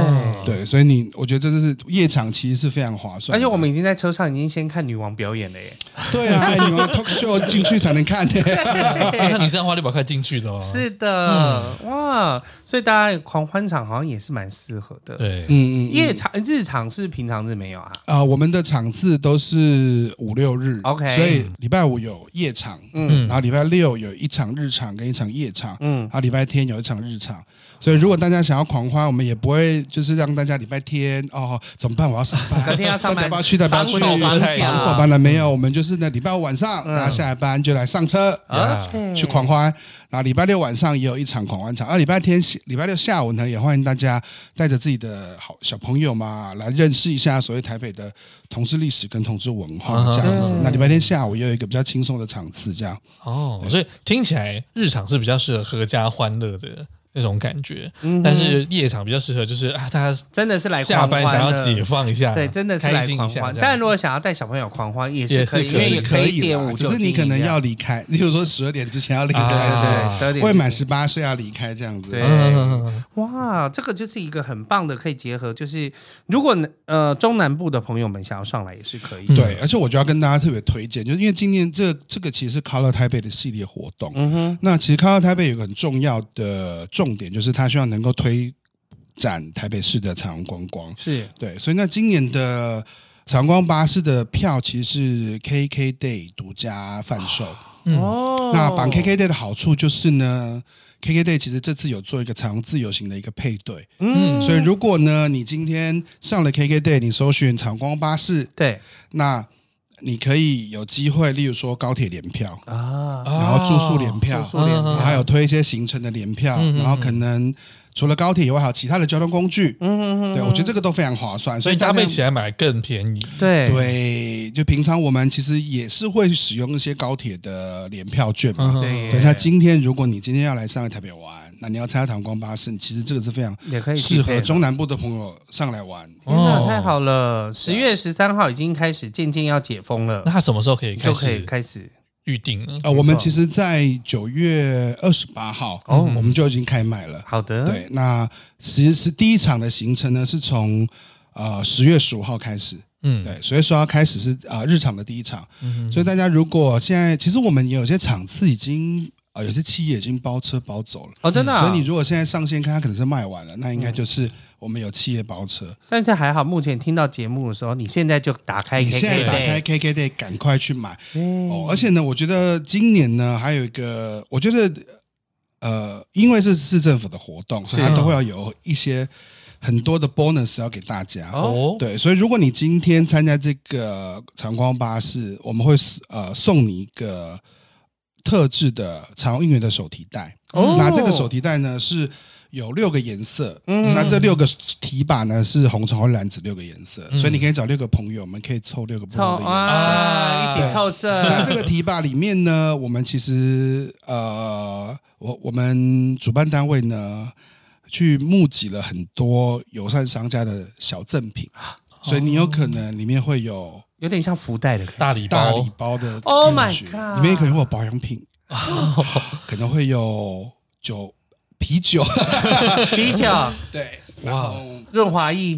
对，所以你我觉得这就是夜场其实是非常划算的，而且我们已经在车上已经先看女王表演了耶，对啊，哎你们 talk show 进去才能 看嗯的、啊那你是要花六百块进去的哦。是的，哇，所以大家狂欢场好像也是蛮适合的。，对，嗯嗯，嗯夜场日常是平常日没有啊，啊、我们的场次都是五六日 OK 所以礼拜五有夜场，嗯然后礼拜六有一场日场跟一场夜场，嗯然，后礼拜天有一场日场。所以如果大家想要狂欢，我们也不会就是让大家礼拜天哦怎么办？我要上班，隔天要上班大家不要去，大家绑不要去，手绑太脚，绑手班了没有？我们就是呢礼拜五晚上嗯大家下了班就来上车。啊，去狂欢，然后礼拜六晚上也有一场狂欢场，而啊礼拜天、礼拜六下午呢，也欢迎大家带着自己的好小朋友嘛，来认识一下所谓台北的同志历史跟同志文化这样子嗯。那礼拜天下午也有一个比较轻松的场次，这样。哦，所以听起来日常是比较适合合家欢乐的那种感觉，嗯哼但是夜场比较适合就是啊，大家真的是来下狂班欢想要的解放一下，对，真的是开来心狂一下欢。这样。但如果想要带小朋友狂欢，也是也可以，是因为可以也可以点啦五只酒是精你可能饮料要离开， 例如说十二点之前要离开啊之类的，对十二点未满之前十八岁要离开这样子。啊对嗯，哇，这个就是一个很棒的，可以结合，就是如果呃中南部的朋友们想要上来也是可以，对，，而且我就要跟大家特别推荐，就是因为今年这这个其实是 Color 台北的系列活动，嗯哼，那其实看到台北有个很重要的重点，就是它希望能够推展台北市的彩虹观光。是对，所以那今年的彩虹光巴士的票其实是 KK Day 独家贩售。嗯哦，嗯那绑 KK Day 的好处就是呢，KK Day 其实这次有做一个彩虹自由行的一个配对，嗯所以如果呢你今天上了 KK Day，你搜寻彩虹光巴士，对那你可以有机会，例如说高铁联票，啊，然后住宿联票，住宿联嗯然票后还有推一些行程的联票，嗯嗯然后可能除了高铁以外，还有其他的交通工具。嗯嗯嗯，对，我觉得这个都非常划算，所所以以搭配起来。来买更便宜。对对，就平常我们其实也是会使用一些高铁的联票券嘛。嗯对，那今天如果你今天要来上海台北玩，那你要参加唐光巴士，其实这个是非常也可以去适合配中南部的朋友上来玩。天哪，哦太好了！十月十三号已经开始渐渐要解封了那，他什么时候可以开就可以始开始预定呢？呃，我们其实，在九月二十八号，哦我们就已经开卖了。好的，对，那其实是第一场的行程呢，是从呃十月十五号开始。嗯，对，所以说要开始是啊、呃日场的第一场，嗯所以大家如果现在其实我们也有些场次已经啊、呃有些企业已经包车包走了，哦，真的啊，嗯嗯所以你如果现在上线看，它可能是卖完了，那应该就是我们有企业包车。但是还好，目前听到节目的时候，你现在就打开 KK，你现在打开 KK Day 赶快去买嗯哦！而且呢，我觉得今年呢还有一个，我觉得呃，因为是市政府的活动，所以它都会要有一些很多的 bonus 要给大家。哦，对，所以如果你今天参加这个长光巴士，我们会呃送你一个特制的长光应援的手提袋。哦那这个手提袋呢是有六个颜色，嗯那这六个提把呢是红橙黄绿蓝紫六个颜色，所以你可以找六个朋友，我们可以凑六个不嗯凑同的颜色。啊，一对起凑色， 那这个提拔里面呢，我们其实呃，我我们主办单位呢，去募集了很多友善商家的小赠品，啊所以你有可能里面会有有点像福袋的感觉。大礼大包礼包的 Oh 感觉 my god 里面可能会有保 养品，可能会有酒、啤酒，啤酒、对，然哇后润滑液，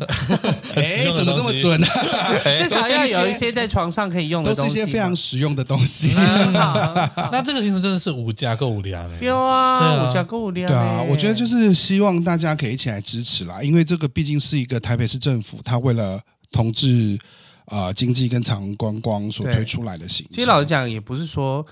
哎、实用的怎么这东么西准呢、 哎至少要有一些在床上可以用都的是东一西嘛。些非常实用的东西。嗯啊那这个行程真的是无价购无量嘞。对对啊，啊我家购物量。对啊，我觉得就是是希望大家可以一起来支持啦，因为这个毕竟是一个台北市政府，它为了同志啊、呃经济跟长观光所对推出来的形式。其实老实讲，也不是说，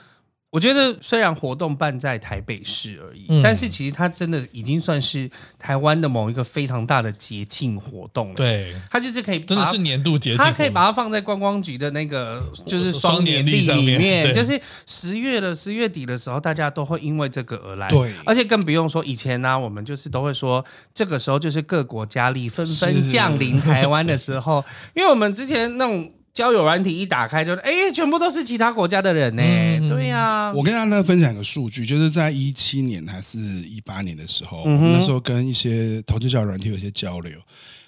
我觉得虽然活动办在台北市而已，嗯但是其实它真的已经算是台湾的某一个非常大的节庆活动了。，对，它就是可以把真的是年度节庆活它动，可以把它放在观光局的那个就是双双年年历历上里面对就是十月的十月底的时候，大家都会因为这个而来。对而且更不用说以前呢、我们就是都会说，这个时候就是各国佳丽纷纷是 降临台湾的时候，因为我们之前那种。交友软体一打开就，哎，全部都是其他国家的人呢、嗯对呀、我跟大家分享一个数据，就是在一七年还是一八年的时候，嗯哼那时候跟一些投资交友软体有一些交流。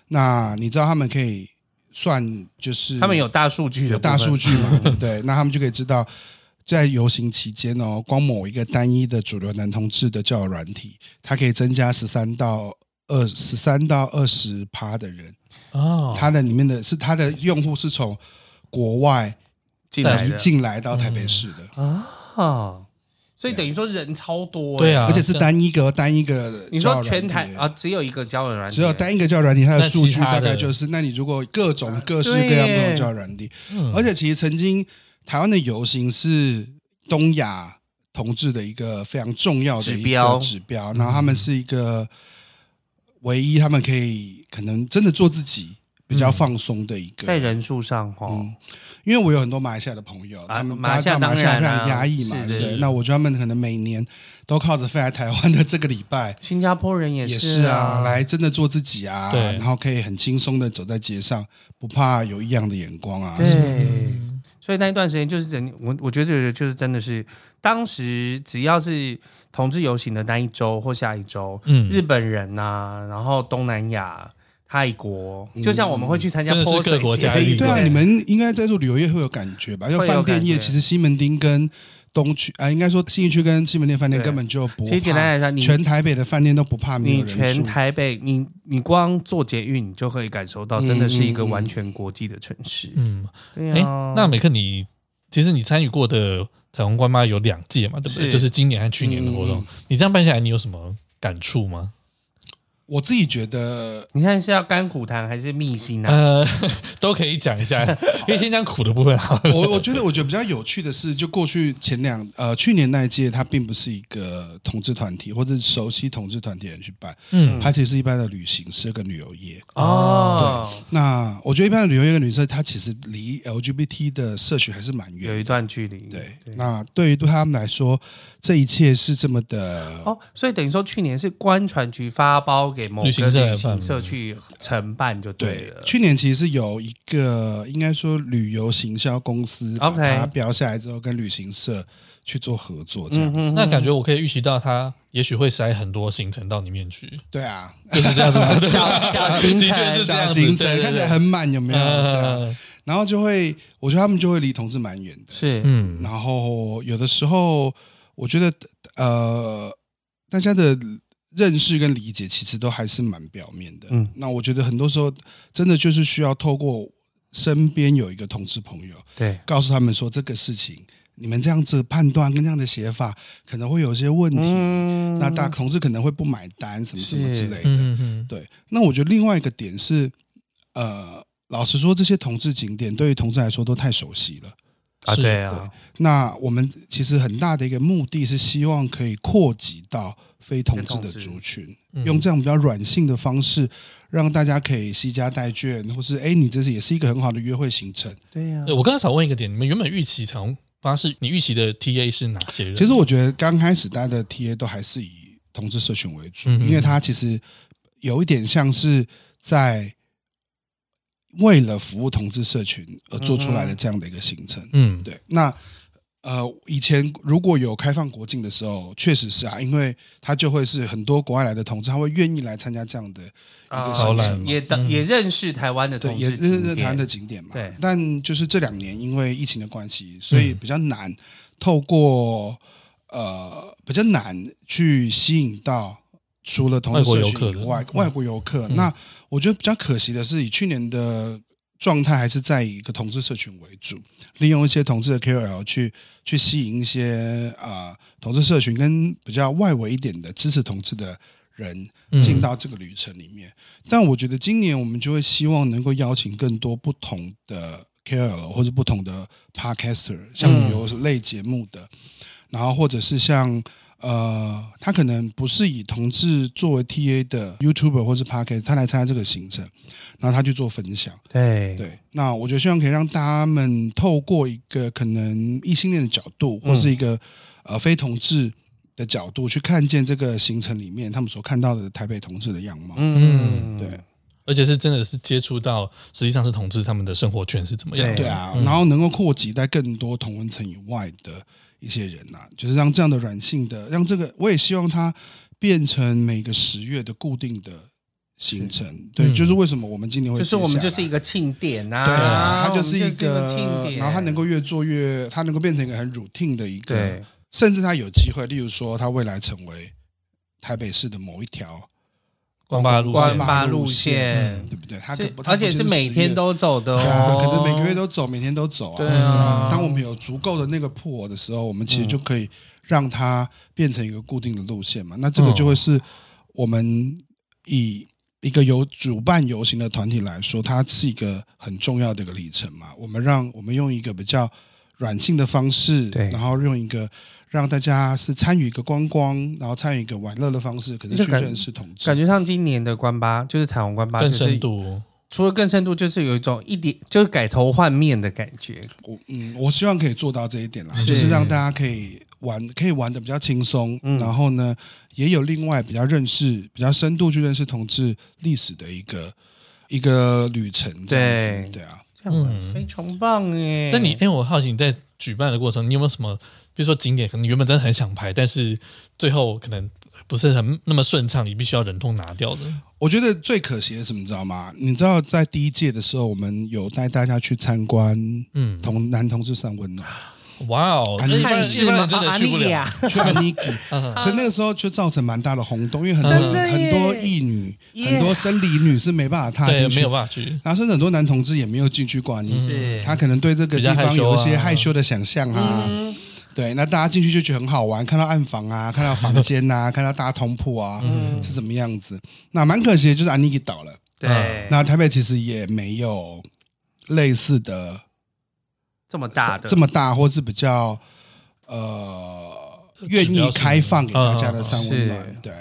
那你知道他们可以算就是他们有大数据的有部分大数据嘛？对，那他们就可以知道，在游行期间哦，光某一个单一的主流男同志的交友软体，它可以增加十三到二十三到二十趴的人，哦，它的里面的是它的用户是从国外进来移的嗯进来到台北市的，啊，所以等于说人超多、欸，对啊，而且是单一个哦单一个交友软体。你说全台啊，只有一个交友软体，欸只有单一个交友软体，它的那其数据他大的概就是，那你如果各种各式各样不同的交友软体，嗯，而且其实曾经台湾的游行是东亚同志的一个非常重要的一指个标嗯指标，然后他们是一个唯一他们可以可能真的做自己比较放松的一个在。人数上哈、嗯因为我有很多马来西亚的朋友，啊他们马来西亚大家知道马来西亚当然非啊常压抑嘛，是对是不对，那我觉得他们可能每年都靠着飞来台湾的这个礼拜，新加坡人也也是啊，来真的做自己啊，对然后可以很轻松的走在街上，不怕有异样的眼光啊。对。是所以那一段时间就是人，我我觉得就是真的是，当时只要是同志游行的那一周或下一周，嗯日本人呐、然后东南亚、泰国，嗯就像我们会去参加真的是泼水各国节家的一一对啊，对你们应该在做旅游业会有感觉吧？因为会有饭店业感觉其实西门町跟东区啊，应该说信义区跟西门町饭店对根本就不怕，其实简单来说，你全台北的饭店都不怕没有你人住全台北，你你光坐捷运，你就可以感受到，真的是一嗯个完全国际的城市。嗯，对哎啊，，那美克你其实你参与过的彩虹关妈有两届嘛，对不是对？就是今年和去年的活动，你这样办下来，你有什么感触吗？我自己觉得，你看是要甘苦谈还是蜜心啊？呃， 都可以讲一下，可以先讲苦的部分好了。我我觉得我觉得比较有趣的是，就过去前两呃去年那一届，它并不是一个统治团体或者熟悉统治团体的人去办，嗯，哦它其实是一般的旅行社跟旅游业。哦，那我觉得一般的旅游业跟旅社，它其实离 LGBT 的社群还是蛮有远一的。段距离。嗯对，那对于对他们来说，这一切是这么的哦，所以等于说去年是官船局发包给某个旅行社旅行社去承办就对了。，去年其实是有一个应该说旅游行销公司把 OK 它标下来之后，跟旅行社去做合作，这样、嗯哼那感觉我可以预期到他也许会塞很多行程到里面去，对啊，就是这样 子吗？小小行程的确是这小样子，行程对对对看起来很满，有没有？嗯对啊呃然后就会，我觉得他们就会离同志蛮远的。是嗯，然后有的时候，我觉得呃，大家的认识跟理解其实都还是蛮表面的。嗯那我觉得很多时候真的就是需要透过身边有一个同志朋友，对，告诉他们说这个事情，你们这样子判断跟这样的写法可能会有一些问题，嗯那大同志可能会不买单什么什么之类的。嗯嗯对，那我觉得另外一个点是，呃，老实说，这些同志景点对于同志来说都太熟悉了。啊，是对啊，那我们其实很大的一个目的是希望可以扩及到非同志的族群，嗯用这样比较软性的方式，让大家可以惜家带眷，或是哎，你这是也是一个很好的约会行程。对啊呀对，我刚刚想问一个点，你们原本预期彩虹巴士，你预期的 TA 是哪些人？其实我觉得刚开始大家的 TA 都还是以同志社群为主，嗯嗯因为它其实有一点像是在为了服务同志社群而做出来的这样的一个行程。嗯，对，那呃，以前如果有开放国境的时候，确实是啊，因为他就会是很多国外来的同志，他会愿意来参加这样的一啊个好行啦程嘛。也嗯等也认识台湾的对，同也志是景是台湾点的景点嘛。对但就是这两年因为疫情的关系，所嗯以比较难透过呃比较难去吸引到除了同外志国社游群客以的外嗯外国游客。那我觉得比较可惜的是，以去年的状态还是在以一个同志社群为主，利用一些同志的 KOL 去去吸引一些呃同志社群跟比较外围一点的支持同志的人嗯进到这个旅程里面。但我觉得今年我们就会希望能够邀请更多不同的 KOL 或者不同的 Podcaster，像旅游类节目的，然后或者是像呃，他可能不是以同志作为 TA 的 YouTuber 或是 Podcast，他来参加这个行程，然后他去做分享。对对，那我觉得希望可以让他们透过一个可能异性恋的角度，嗯或是一个、呃非同志的角度，去看见这个行程里面他们所看到的台北同志的样貌。嗯对，而且是真的是接触到实际上是同志他们的生活圈是怎么样的。对对啊，然后能够扩及在更多同温层以外的一些人呐、就是让这样的软性的，让这个我也希望它变成每个十月的固定的行程。对，嗯就是为什么我们今年会就是我们接下就来是一个庆典啊，对啊，它我们是一个庆典，然后它能够越做越，它能够变成一个很 routine 的一个对，甚至它有机会，例如说它未来成为台北市的某一条光八路关线，八路嗯路线对不对？它可是不它而且不是就每10天月都走的对啊，哦，可能每个月都走，每天都走啊。对啊嗯当我们有足够的那个破的时候，我们其实就可以让它变成一个固定的路线嘛。那这个嗯就会是我们以一个有主办游行的团体来说，它是一个很重要的一个里程嘛。我们让我们用一个比较软性的方式，对然后用一个让大家是参与一个观光，然后参与一个玩乐的方式，可是就去感认识同志，感觉上今年的关八就是彩虹关八，就更是深度。除了更深度，就是有一种一点就是改头换面的感觉，我嗯，我希望可以做到这一点啦，是就是让大家可以玩，可以玩的比较轻松，嗯然后呢，也有另外比较认识、比较深度去认识同志历史的一个一个旅程，这样子对对啊，这样嗯非常棒哎。那你，因为我好奇你在举办的过程，你有没有什么，比如说景点，可能原本真的很想拍，但是最后可能不是很那么顺畅，你必须要忍痛拿掉的。我觉得最可惜的是什么，你知道吗？你知道在第一届的时候，我们有带大家去参观嗯，同男同志三温暖，哇哦，啊那一般看人一是般吗人？真的去不利了。亚，去安妮基， 嗯所以那个时候就造成蛮大的轰动，因为很真多的耶很多异女、耶很多生理女是没办法踏对进，去没啊的有。办法去。然后甚至很多男同志也没有进去过安妮基是他可能对这个地方有一些害羞的想象啊。嗯对，那大家进去就觉得很好玩，看到暗房啊，看到房间 啊，看到大通铺啊，嗯是怎么样子？那蛮可惜的，就是安妮给倒了。对，啊那台北其实也没有类似的这么大的这么大，或是比较呃愿意开放给大家的三温嗯嗯暖，对，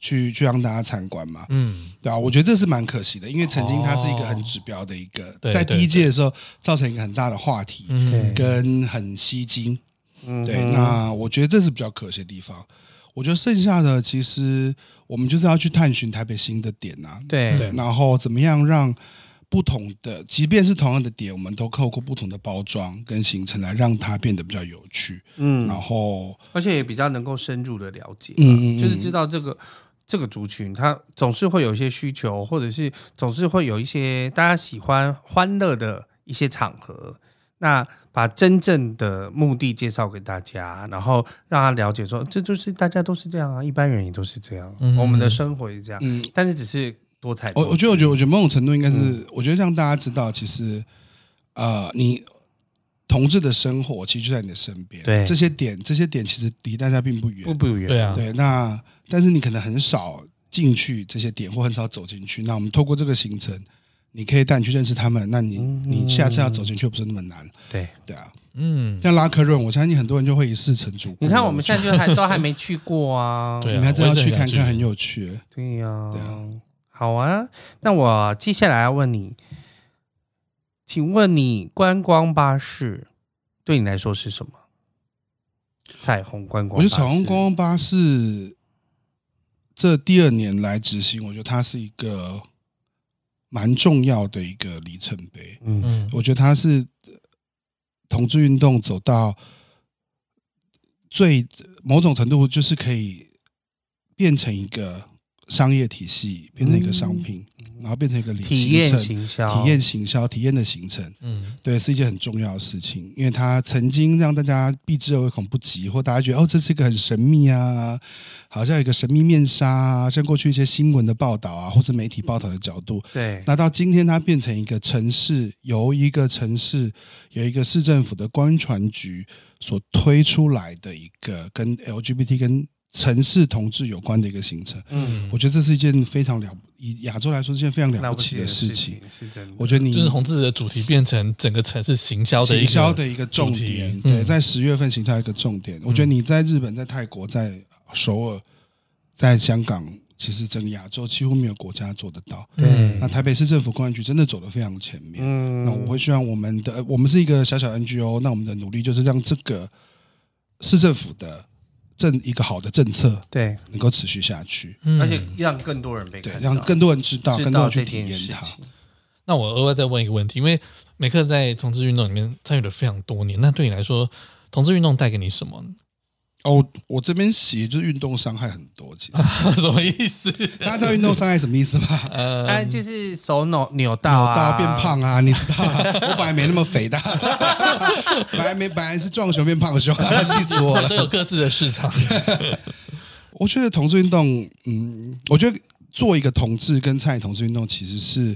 去去让大家参观嘛。嗯，对啊，我觉得这是蛮可惜的，因为曾经它是一个很指标的一个，哦对在对第一届的时候造成一个很大的话题，嗯跟很吸睛。嗯对，哼那我觉得这是比较可惜的地方。我觉得剩下的其实我们就是要去探寻台北新的点啊，嗯对对，然后怎么样让不同的，即便是同样的点，我们都透过不同的包装跟行程来让它变得比较有趣，然嗯，后而且也比较能够深入的了解，嗯嗯嗯就是知道这个这个族群，他总是会有一些需求，或者是总是会有一些大家喜欢欢乐的一些场合。那把真正的目的介绍给大家，然后让他了解说，这就是大家都是这样啊，一般人也都是这样，嗯我们的生活也是这样，嗯，但是只是多彩多我姿。哦我觉得，我觉得，我觉得某种程度应该是，嗯我觉得让大家知道，其实，呃，你同志的生活其实就在你的身边，对这些点，这些点其实离大家并不远，不不远，对啊，对。那但是你可能很少进去这些点，或很少走进去。那我们透过这个行程，你可以带你去认识他们。那你、你下次要走进去又不是那么难，嗯对。对啊。嗯，像拉克润，我相信很多人就会一试成主顾。你看我们现在就还都还没去过啊，对你啊们还真要我去看也是很看，想去很有趣。对呀、对啊好啊。那我接下来要问你，请问你观光巴士对你来说是什么？彩虹观光巴我觉士，得彩虹观光巴士这第二年来执行，我觉得它是一个蛮重要的一个里程碑。嗯，嗯，我觉得它是呃同志运动走到最某种程度，就是可以变成一个商业体系，变成一个商品，然后变成一个里嗯体验程行销，体验行销、体验的行程。嗯，对，是一件很重要的事情，因为它曾经让大家避之唯恐不及，或大家觉得哦，这是一个很神秘啊，好像有一个神秘面纱啊，像过去一些新闻的报道啊，或是媒体报道的角度，对，那到今天它变成一个城市，由一个城市有一个市政府的官船局所推出来的一个跟 LGBT 跟城市同志有关的一个行程，嗯，我觉得这是一件非常了，以亚洲来说是一件非常了了不起的事事情。是真的，我觉得你就是同志的主题变成整个城市行销的一行个销的一个重主点题，对，嗯在十月份行销一个重点。嗯我觉得你在日本、在泰国、在首尔、在香港，其实整个亚洲几乎没有国家做得到。对那台北市政府公安局真的走得非常前面。嗯那我会希望我们的，呃我们是一个小小 NGO，那我们的努力就是让这个市政府的政一个好的政策对，能够持续下去，嗯而且让更多人被对，看到让更多人知道，知更多道人这去体件验事它。情。那我额外再问一个问题，因为美克在同志运动里面参与了非常多年，那对你来说，同志运动带给你什么？哦，我这边写就是运动伤害很多， 其实 什么意思？大家知道运动伤害什么意思吗？呃，哎，就是手扭扭到扭啊，到变胖啊，你知 道、啊，我本来没那么肥的，本来没本来是壮熊变胖 熊、啊，气死我了 都。有各自的市场。我觉得同志运动，嗯，我觉得做一个同志跟参与同志运动其实是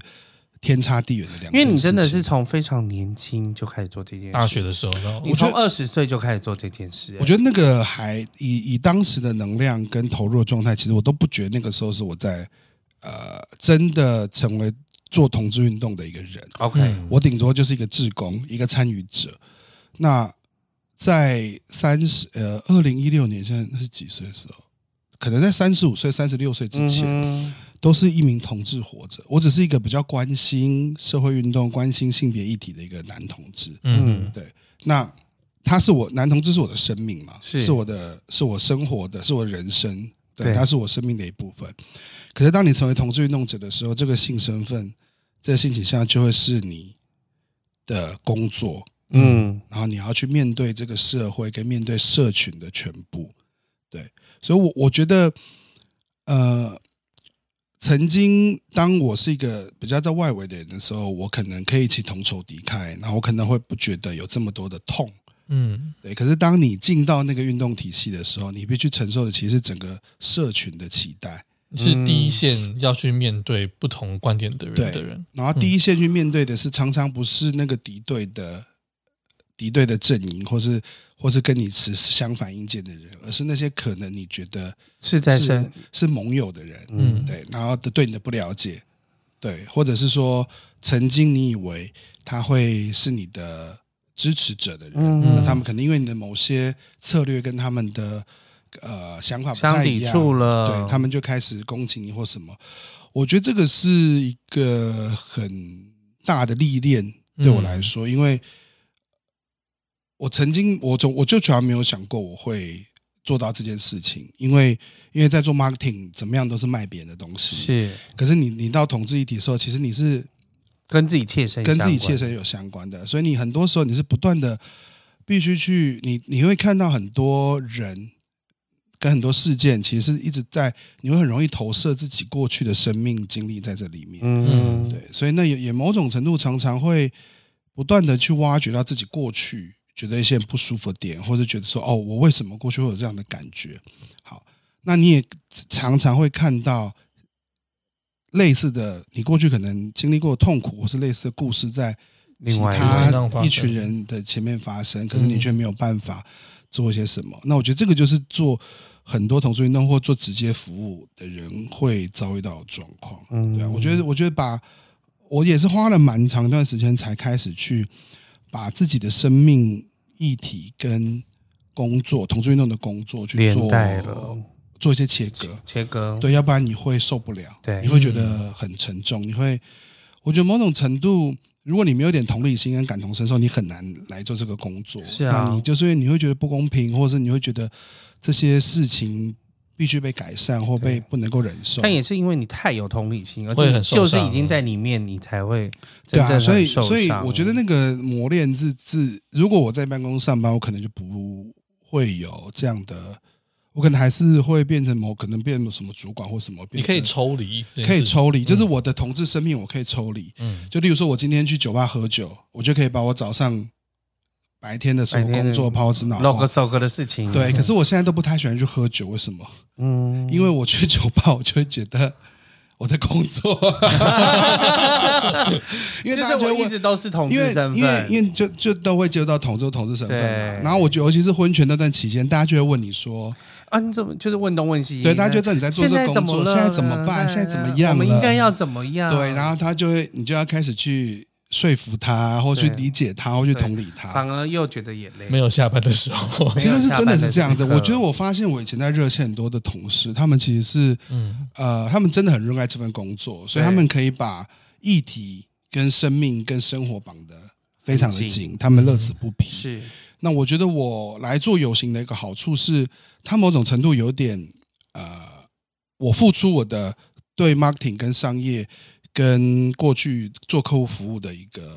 天差地远的两件事情，因为你真的是从非常年轻就开始做这件事， 大学的时候，然后你从二十岁就开始做这件事、我得觉得那个还以以当时的能量跟投入的状态，其实我都不觉得那个时候是我在呃真的成为做同志运动的一个人， OK，、嗯我顶多就是一个志工，一个参与者。那在三十呃二零一六年，现在那是几岁的时候？可能在三十五岁、三十六岁之前，嗯哼都是一名同志活着。我只是一个比较关心社会运动、关心性别议题的一个男同志。嗯，那他是我男同志是我的生命嘛，是我的是我生活的，是我人生，对，对他是我生命的一部分。可是当你成为同志运动者的时候，这个性身份、这个性倾向就会是你的工作，嗯，然后你要去面对这个社会跟面对社群的全部。对，所以我，我觉得，呃，曾经当我是一个比较在外围的人的时候，我可能可以一起同仇敌忾，然后我可能会不觉得有这么多的痛。嗯，对，可是当你进到那个运动体系的时候，你必须承受的其实是整个社群的期待。是第一线要去面对不同观点的人嗯对的人，嗯然后第一线去面对的是常常不是那个敌对的敌对的阵营，或是或是跟你持相反意见的人，而是那些可能你觉得是在是生，是盟友的人，嗯对，然后的对你的不了解，对，或者是说曾经你以为他会是你的支持者的人，嗯那他们可能因为你的某些策略跟他们的呃想法嗯不相太一抵样，触了，对他们就开始攻击你或什么。我觉得这个是一个很大的历练，嗯对我来说，因为我曾经我从我就从来没有想过我会做到这件事情，因为因为在做 marketing 怎么样都是卖别人的东西，。是可是你你到统治一体的时候，其实你是跟自己切身跟自己相关切身有相关的，所以你很多时候你是不断的必须去，你你会看到很多人跟很多事件，其实是一直在，你会很容易投射自己过去的生命经历在这里面。嗯，对，所以那也也某种程度常常会不断的去挖掘到自己过去觉得一些不舒服的点，或者觉得说哦，我为什么过去会有这样的感觉？好，那你也常常会看到类似的，你过去可能经历过的痛苦或是类似的故事，在其另外一个他身上发一生群人的前面发生，可是你却没有办法做一些什么。那我觉得这个就是做。很多同志运动或做直接服务的人会遭遇到的状况，嗯对啊，我觉得，我觉得把我也是花了蛮长一段时间才开始去把自己的生命议题跟工作、同志运动的工作去连做带了做一些切割。切割，对，要不然你会受不了，对你会觉得很沉重，你会，我觉得某种程度，如果你没有点同理心跟感同身受，你很难来做这个工作。是啊那你就是因为你会觉得不公平，或者是你会觉得这些事情必须被改善或被不能够忍受。但也是因为你太有同理心，而会且很受就是伤已经在里面，你才会嗯对真正啊，很所以受所以伤我觉得那个磨练是自，如果我在办公室上班，我可能就不会有这样的，我可能还是会变成某可能变成什么主管或什么，你可以变成抽离这件事，可以抽离，嗯就是我的同志生命我可以抽离。嗯，就例如说，我今天去酒吧喝酒，我就可以把我早上白天的所有白天的工作抛之脑露个后。手个的事情，对，可是我现在都不太喜欢去喝酒，为什么？嗯，因为我去酒吧，我就会觉得我在工 作，因为就大是家就我会一问直都是同因志为身因为份，因为就就都会接触到同志同志身份嘛对。然后我觉得，尤其是婚前那段期间，大家就会问你说，啊，你怎么就是问东问西？啊对，大家就知道你在做现这在个怎工么作，了？现在怎么办？现在怎么样了？我们应该要怎么样？对，然后他就会，你就要开始去说服他，或去对理解他，或去同理反他。而又觉得也累，没有下班的时候，其实是真的是这样没有下班子。的时刻我觉得我发现我以前在热线很多的同事，他们其实是嗯呃，他们真的很热爱这份工作，所对以他们可以把议题跟生命跟生活绑得非常的很紧紧，嗯他们乐此不疲。是那我觉得我来做游行的一个好处是，它某种程度有点呃，我付出我的对 marketing 跟商业跟过去做客户服务的一个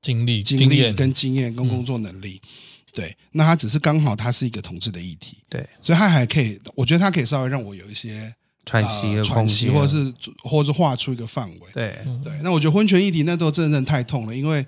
经历、经经历验嗯跟经验跟工作能嗯力。对，那它只是刚好它是一个同志的议题，对，所以它还可以，我觉得它可以稍微让我有一些喘息呃的喘空息，间，或者是或者是画出一个范围。对嗯对，那我觉得婚前议题那都真的太痛了，因为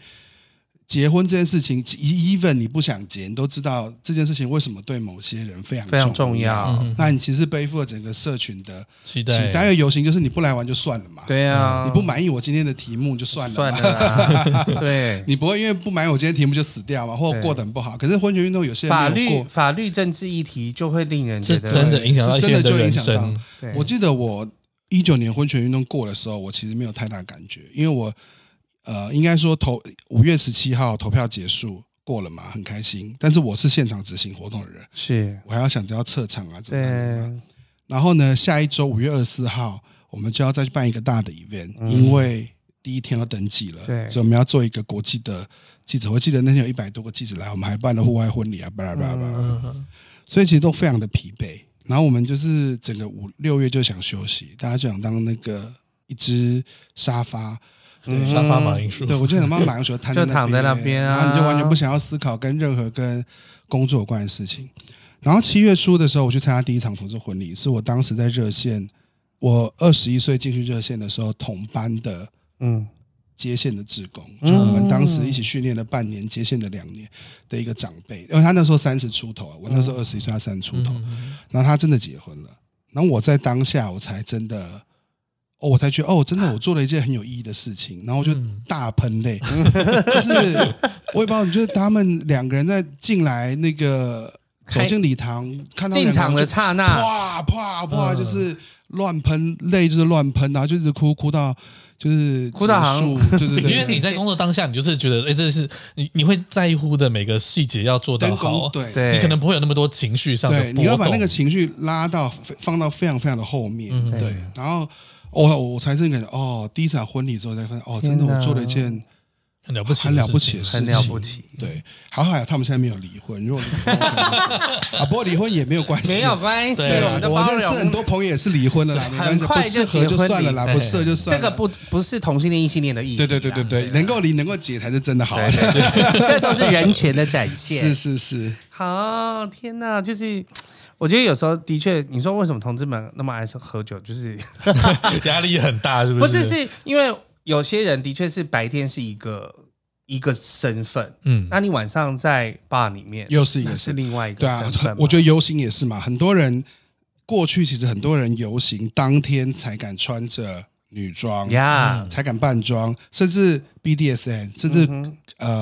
结婚这件事情，e-，even 你不想结，你都知道这件事情为什么对某些人非常非常重要。要。嗯啊那你其实背负了整个社群的期期待待，而游行就是你不来玩就算了嘛，对啊，嗯你不满意我今天的题目就算了嘛，算了 啦，对。你不会因为不满意我今天题目就死掉嘛，或对过得很不好。可是婚前运动有些人法没有律过，法律政治议题就会令人觉是得真的影响到一些人是真的的就影人响到生。对我记得我一九年婚前运动过的时候，我其实没有太大感觉，因为我呃，应该说投五月十七号投票结束过了嘛，很开心。但是我是现场执行活动的人，是我还要想着要撤场啊，怎么样怎么样。对然后呢，下一周五月二十四号，我们就要再去办一个大的 event，、因为第一天要登记了，嗯对所以我们要做一个国际的记者会。记得那天有一百多个记者来，我们还办了户外婚礼啊，巴拉巴拉巴拉。嗯嗯所以其实都非常的疲惫。然后我们就是整个五六月就想休息，大家就想当那个一只沙发，嗯对沙发马铃薯，嗯对我就想把马 上球摊就躺在那边啊然后你就完全不想要思考跟任何跟工作有关的事情。然后七月初的时候，我去参加第一场同志婚礼，是我当时在热线，我二十一岁进去热线的时候，同班的嗯，接线的职工，就我们当时一起训练了半年，接线的两年的一个长辈，因为他那时候三十出头，啊我那时候二十一岁，他三十嗯出头，然后他真的结婚了，然后我在当下我才真的，哦，我才觉得哦，真的我做了一件很有意义的事情，然后我就嗯大 喷泪，就是我也不知道，就是他们两个人在进来那个走开进礼堂，看到进两个人场的就刹那，嗯啪啪啪，就是乱喷泪，就是乱喷，然后就是哭哭到就是哭到好像结束对对因 对，为你在工作当下，你就是觉得，哎、这是你你会在乎的每个细节要做到灯好光啊，对哦对，你可能不会有那么多情绪上的波对，动。嗯你要把那个情绪拉到非放到非常非常的后面，嗯对，然后。我我才真的感觉哦，第一场婚礼之后才发现哦，真的天哪我做了一件很了不起，很了不起的事很情，了不起对，好好他们现在没有离婚，如果离婚 啊，不过离婚也没有关系，没有关系，对对我啊们都我包认识很容。多朋友也是离婚了啦，没关系，很快不适就合结就婚算了啦，离不适合就算这了。个不不是同性恋、异性恋的意义，对对对对，对，能够离能够解才是真的好。 这都是人权的展现。是是是，好，天哪！就是我觉得有时候的确，你说为什么同志们那么爱喝酒，就是 压力很大，是不是？是是因为有些人的确是白天是一个一个身份，嗯，啊那你晚上在 bar 里面又是一个那是身另外一个对啊身份嘛。，我觉得游行也是嘛，很多人过去其实很多人游行当天才敢穿着女装，呀，嗯才敢扮装，甚至 BDSN，甚至嗯哼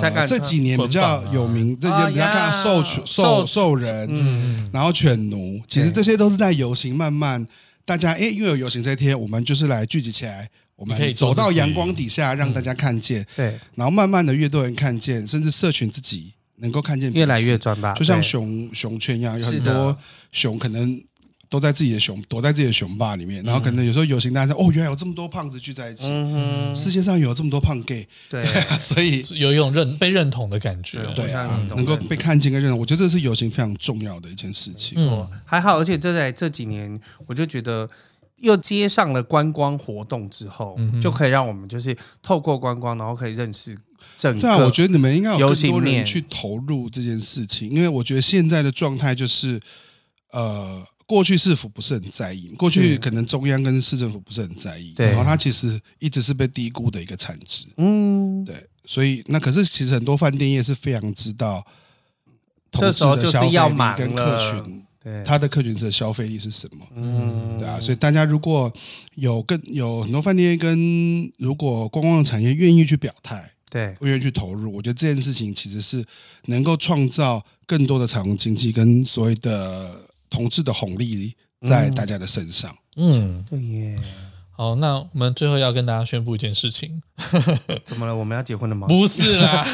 才呃敢这几年比较捆绑啊有名，这些比较啊看呀到兽犬兽兽兽人，嗯，然后犬奴，其实对这些都是在游行慢慢大家哎，因为有游行这一天，我们就是来聚集起来。我你可以们做走到自己嗯阳光底下，让大家看见，对，然后慢慢的越多人看见，甚至社群自己能够看见彼此，越来越壮大，就像对熊熊圈一样，有是很的多熊可能都在自己的熊躲在自己的熊坝里面，然后可能有时候游行大家说哦，原来有这么多胖子聚在一起，嗯哼，世界上有这么多胖 gay， 对，所以是有一种认被认同的感觉。哦对对互相啊运，动能够被看见跟认同，我觉得这是游行非常重要的一件事情。嗯，还好，而且这在这几年，我就觉得又接上了观光活动之后，嗯就可以让我们就是透过观光，然后可以认识整对个。啊，我觉得你们应该有游更行多人面去投入这件事情，因为我觉得现在的状态就是，呃，过去市府不是很在意，过去是可能中央跟市政府不是很在意，对然后它其实一直是被低估的一个产值，嗯，对，所以那可是其实很多饭店业是非常知道，这时候就是要忙买跟客了群，对，它的客群的消费力是什么？嗯对啊，所以大家如果有更有很多饭店业跟如果观光产业愿意去表态，对，愿意去投入，我觉得这件事情其实是能够创造更多的彩虹经济跟所谓嗯的同志的红利在大家的身上。嗯，对耶，好，那我们最后要跟大家宣布一件事情，怎么了？我们要结婚了吗？不是 啦，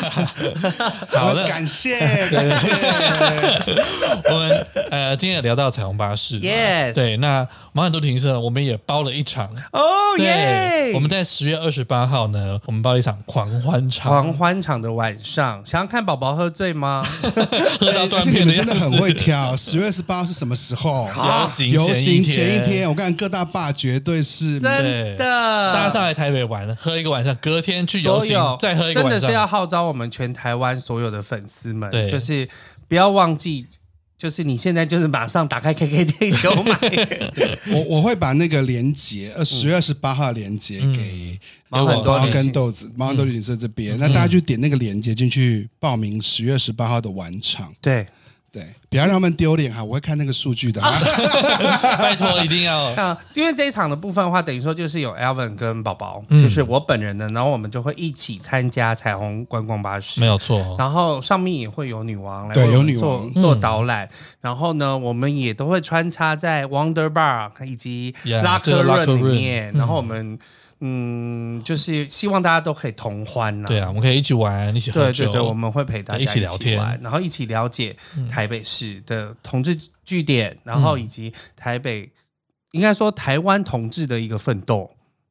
好我了们，感谢 感谢，我们呃今天也聊到彩虹巴士嘛 Yes 对，那马很多停车，我们也包了一场，哦耶对，！我们在十月二十八号呢，我们包了一场狂欢场，狂欢场的晚上，想要看宝宝喝醉 吗？喝到而断且哎你片们样真子，的很会挑。十月十八是什么时候？游行啊游行前一一天，我看各大坝绝对是真的，大家上来台北玩，喝一个晚上，隔天去游所行有，再喝一个真晚的上，是要号召我们全台湾所有的粉丝们对，就是不要忘记，就是你现在就是马上打开 KK 店有买，我我会把那个连接，呃，十月二十八号连接嗯给毛很多毛旅行跟豆子，毛跟豆子旅行社这嗯边，那大家就点那个连接进去报名十月十八号的晚场，对，对，不要让他们丢脸哈，我会看那个 数据的哈。 拜托一定要。那因为这一场的部分的话，等于说就是有 Alvin 跟宝宝，嗯就是我本人呢，然后我们就会一起参加彩虹观光巴士，没有错，哦然后上面也会有女王来对为我们有女王做做导览，然后呢，我们也都会穿插在 Wonder Bar 以及 Yeah，拉这克个拉克润里润面，嗯然后我们嗯，就是希望大家都可以同欢呐、对啊，我们可以一起玩，一起喝对酒，对对，我们会陪大家一起聊天嗯玩，然后一起了解台北市的同志据点，然后以及台北，应该说台湾同志的一个奋斗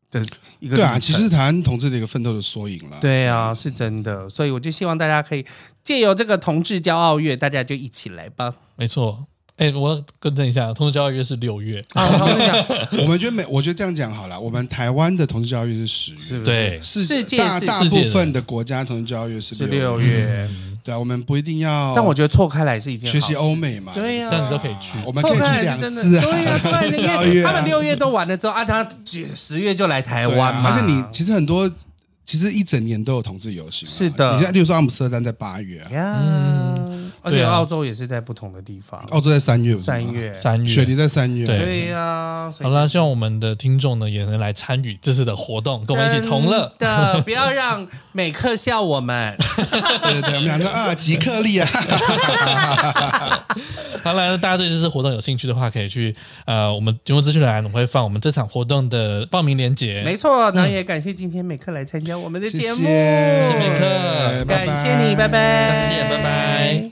的一个对啊，历其程实台湾同志的一个奋斗的缩影了。对啊，是真的，所以我就希望大家可以借由这个同志骄傲月，大家就一起来吧。没错。哎、我更正一下，通知交易月是六月， 啊，我跟你讲，我们觉得每，我觉得这样讲好了，我们台湾的同志教育是十是月，不是？对，是世界大是大世界部的分的国家同志教育是是六，六月，嗯对啊，我们不一定要，但我觉得错开来是一件好学事习欧。美嘛，对呀这样子都可以去。我们可错以开去来两是真的，次啊，对啊，错开来教因育为啊他们六月都完了之后啊，他九十月就来台对湾啊嘛。而且你其实很多，其实一整年都有同志游行啊、是的你像例如说阿姆斯特丹在八月啊、呀，嗯而对且啊哦澳洲也是在不同的地方，澳洲在三月，三，月，三雪梨月，在三月，对对呀，所好以啦，希望我们的听众呢也能来参与这次的活动，跟我们一起同乐。真的，不要让美克笑我 们。对对对，我们两个啊，吉克力啊， 好了，大家对这次活动有兴趣的话，可以去呃我们节目资讯栏，我会放我们这场活动的报名链接。没错，然后也感谢今天美克来参加我们的谢节谢，目，嗯谢美克拜拜感谢你，拜拜，下次见，拜拜。。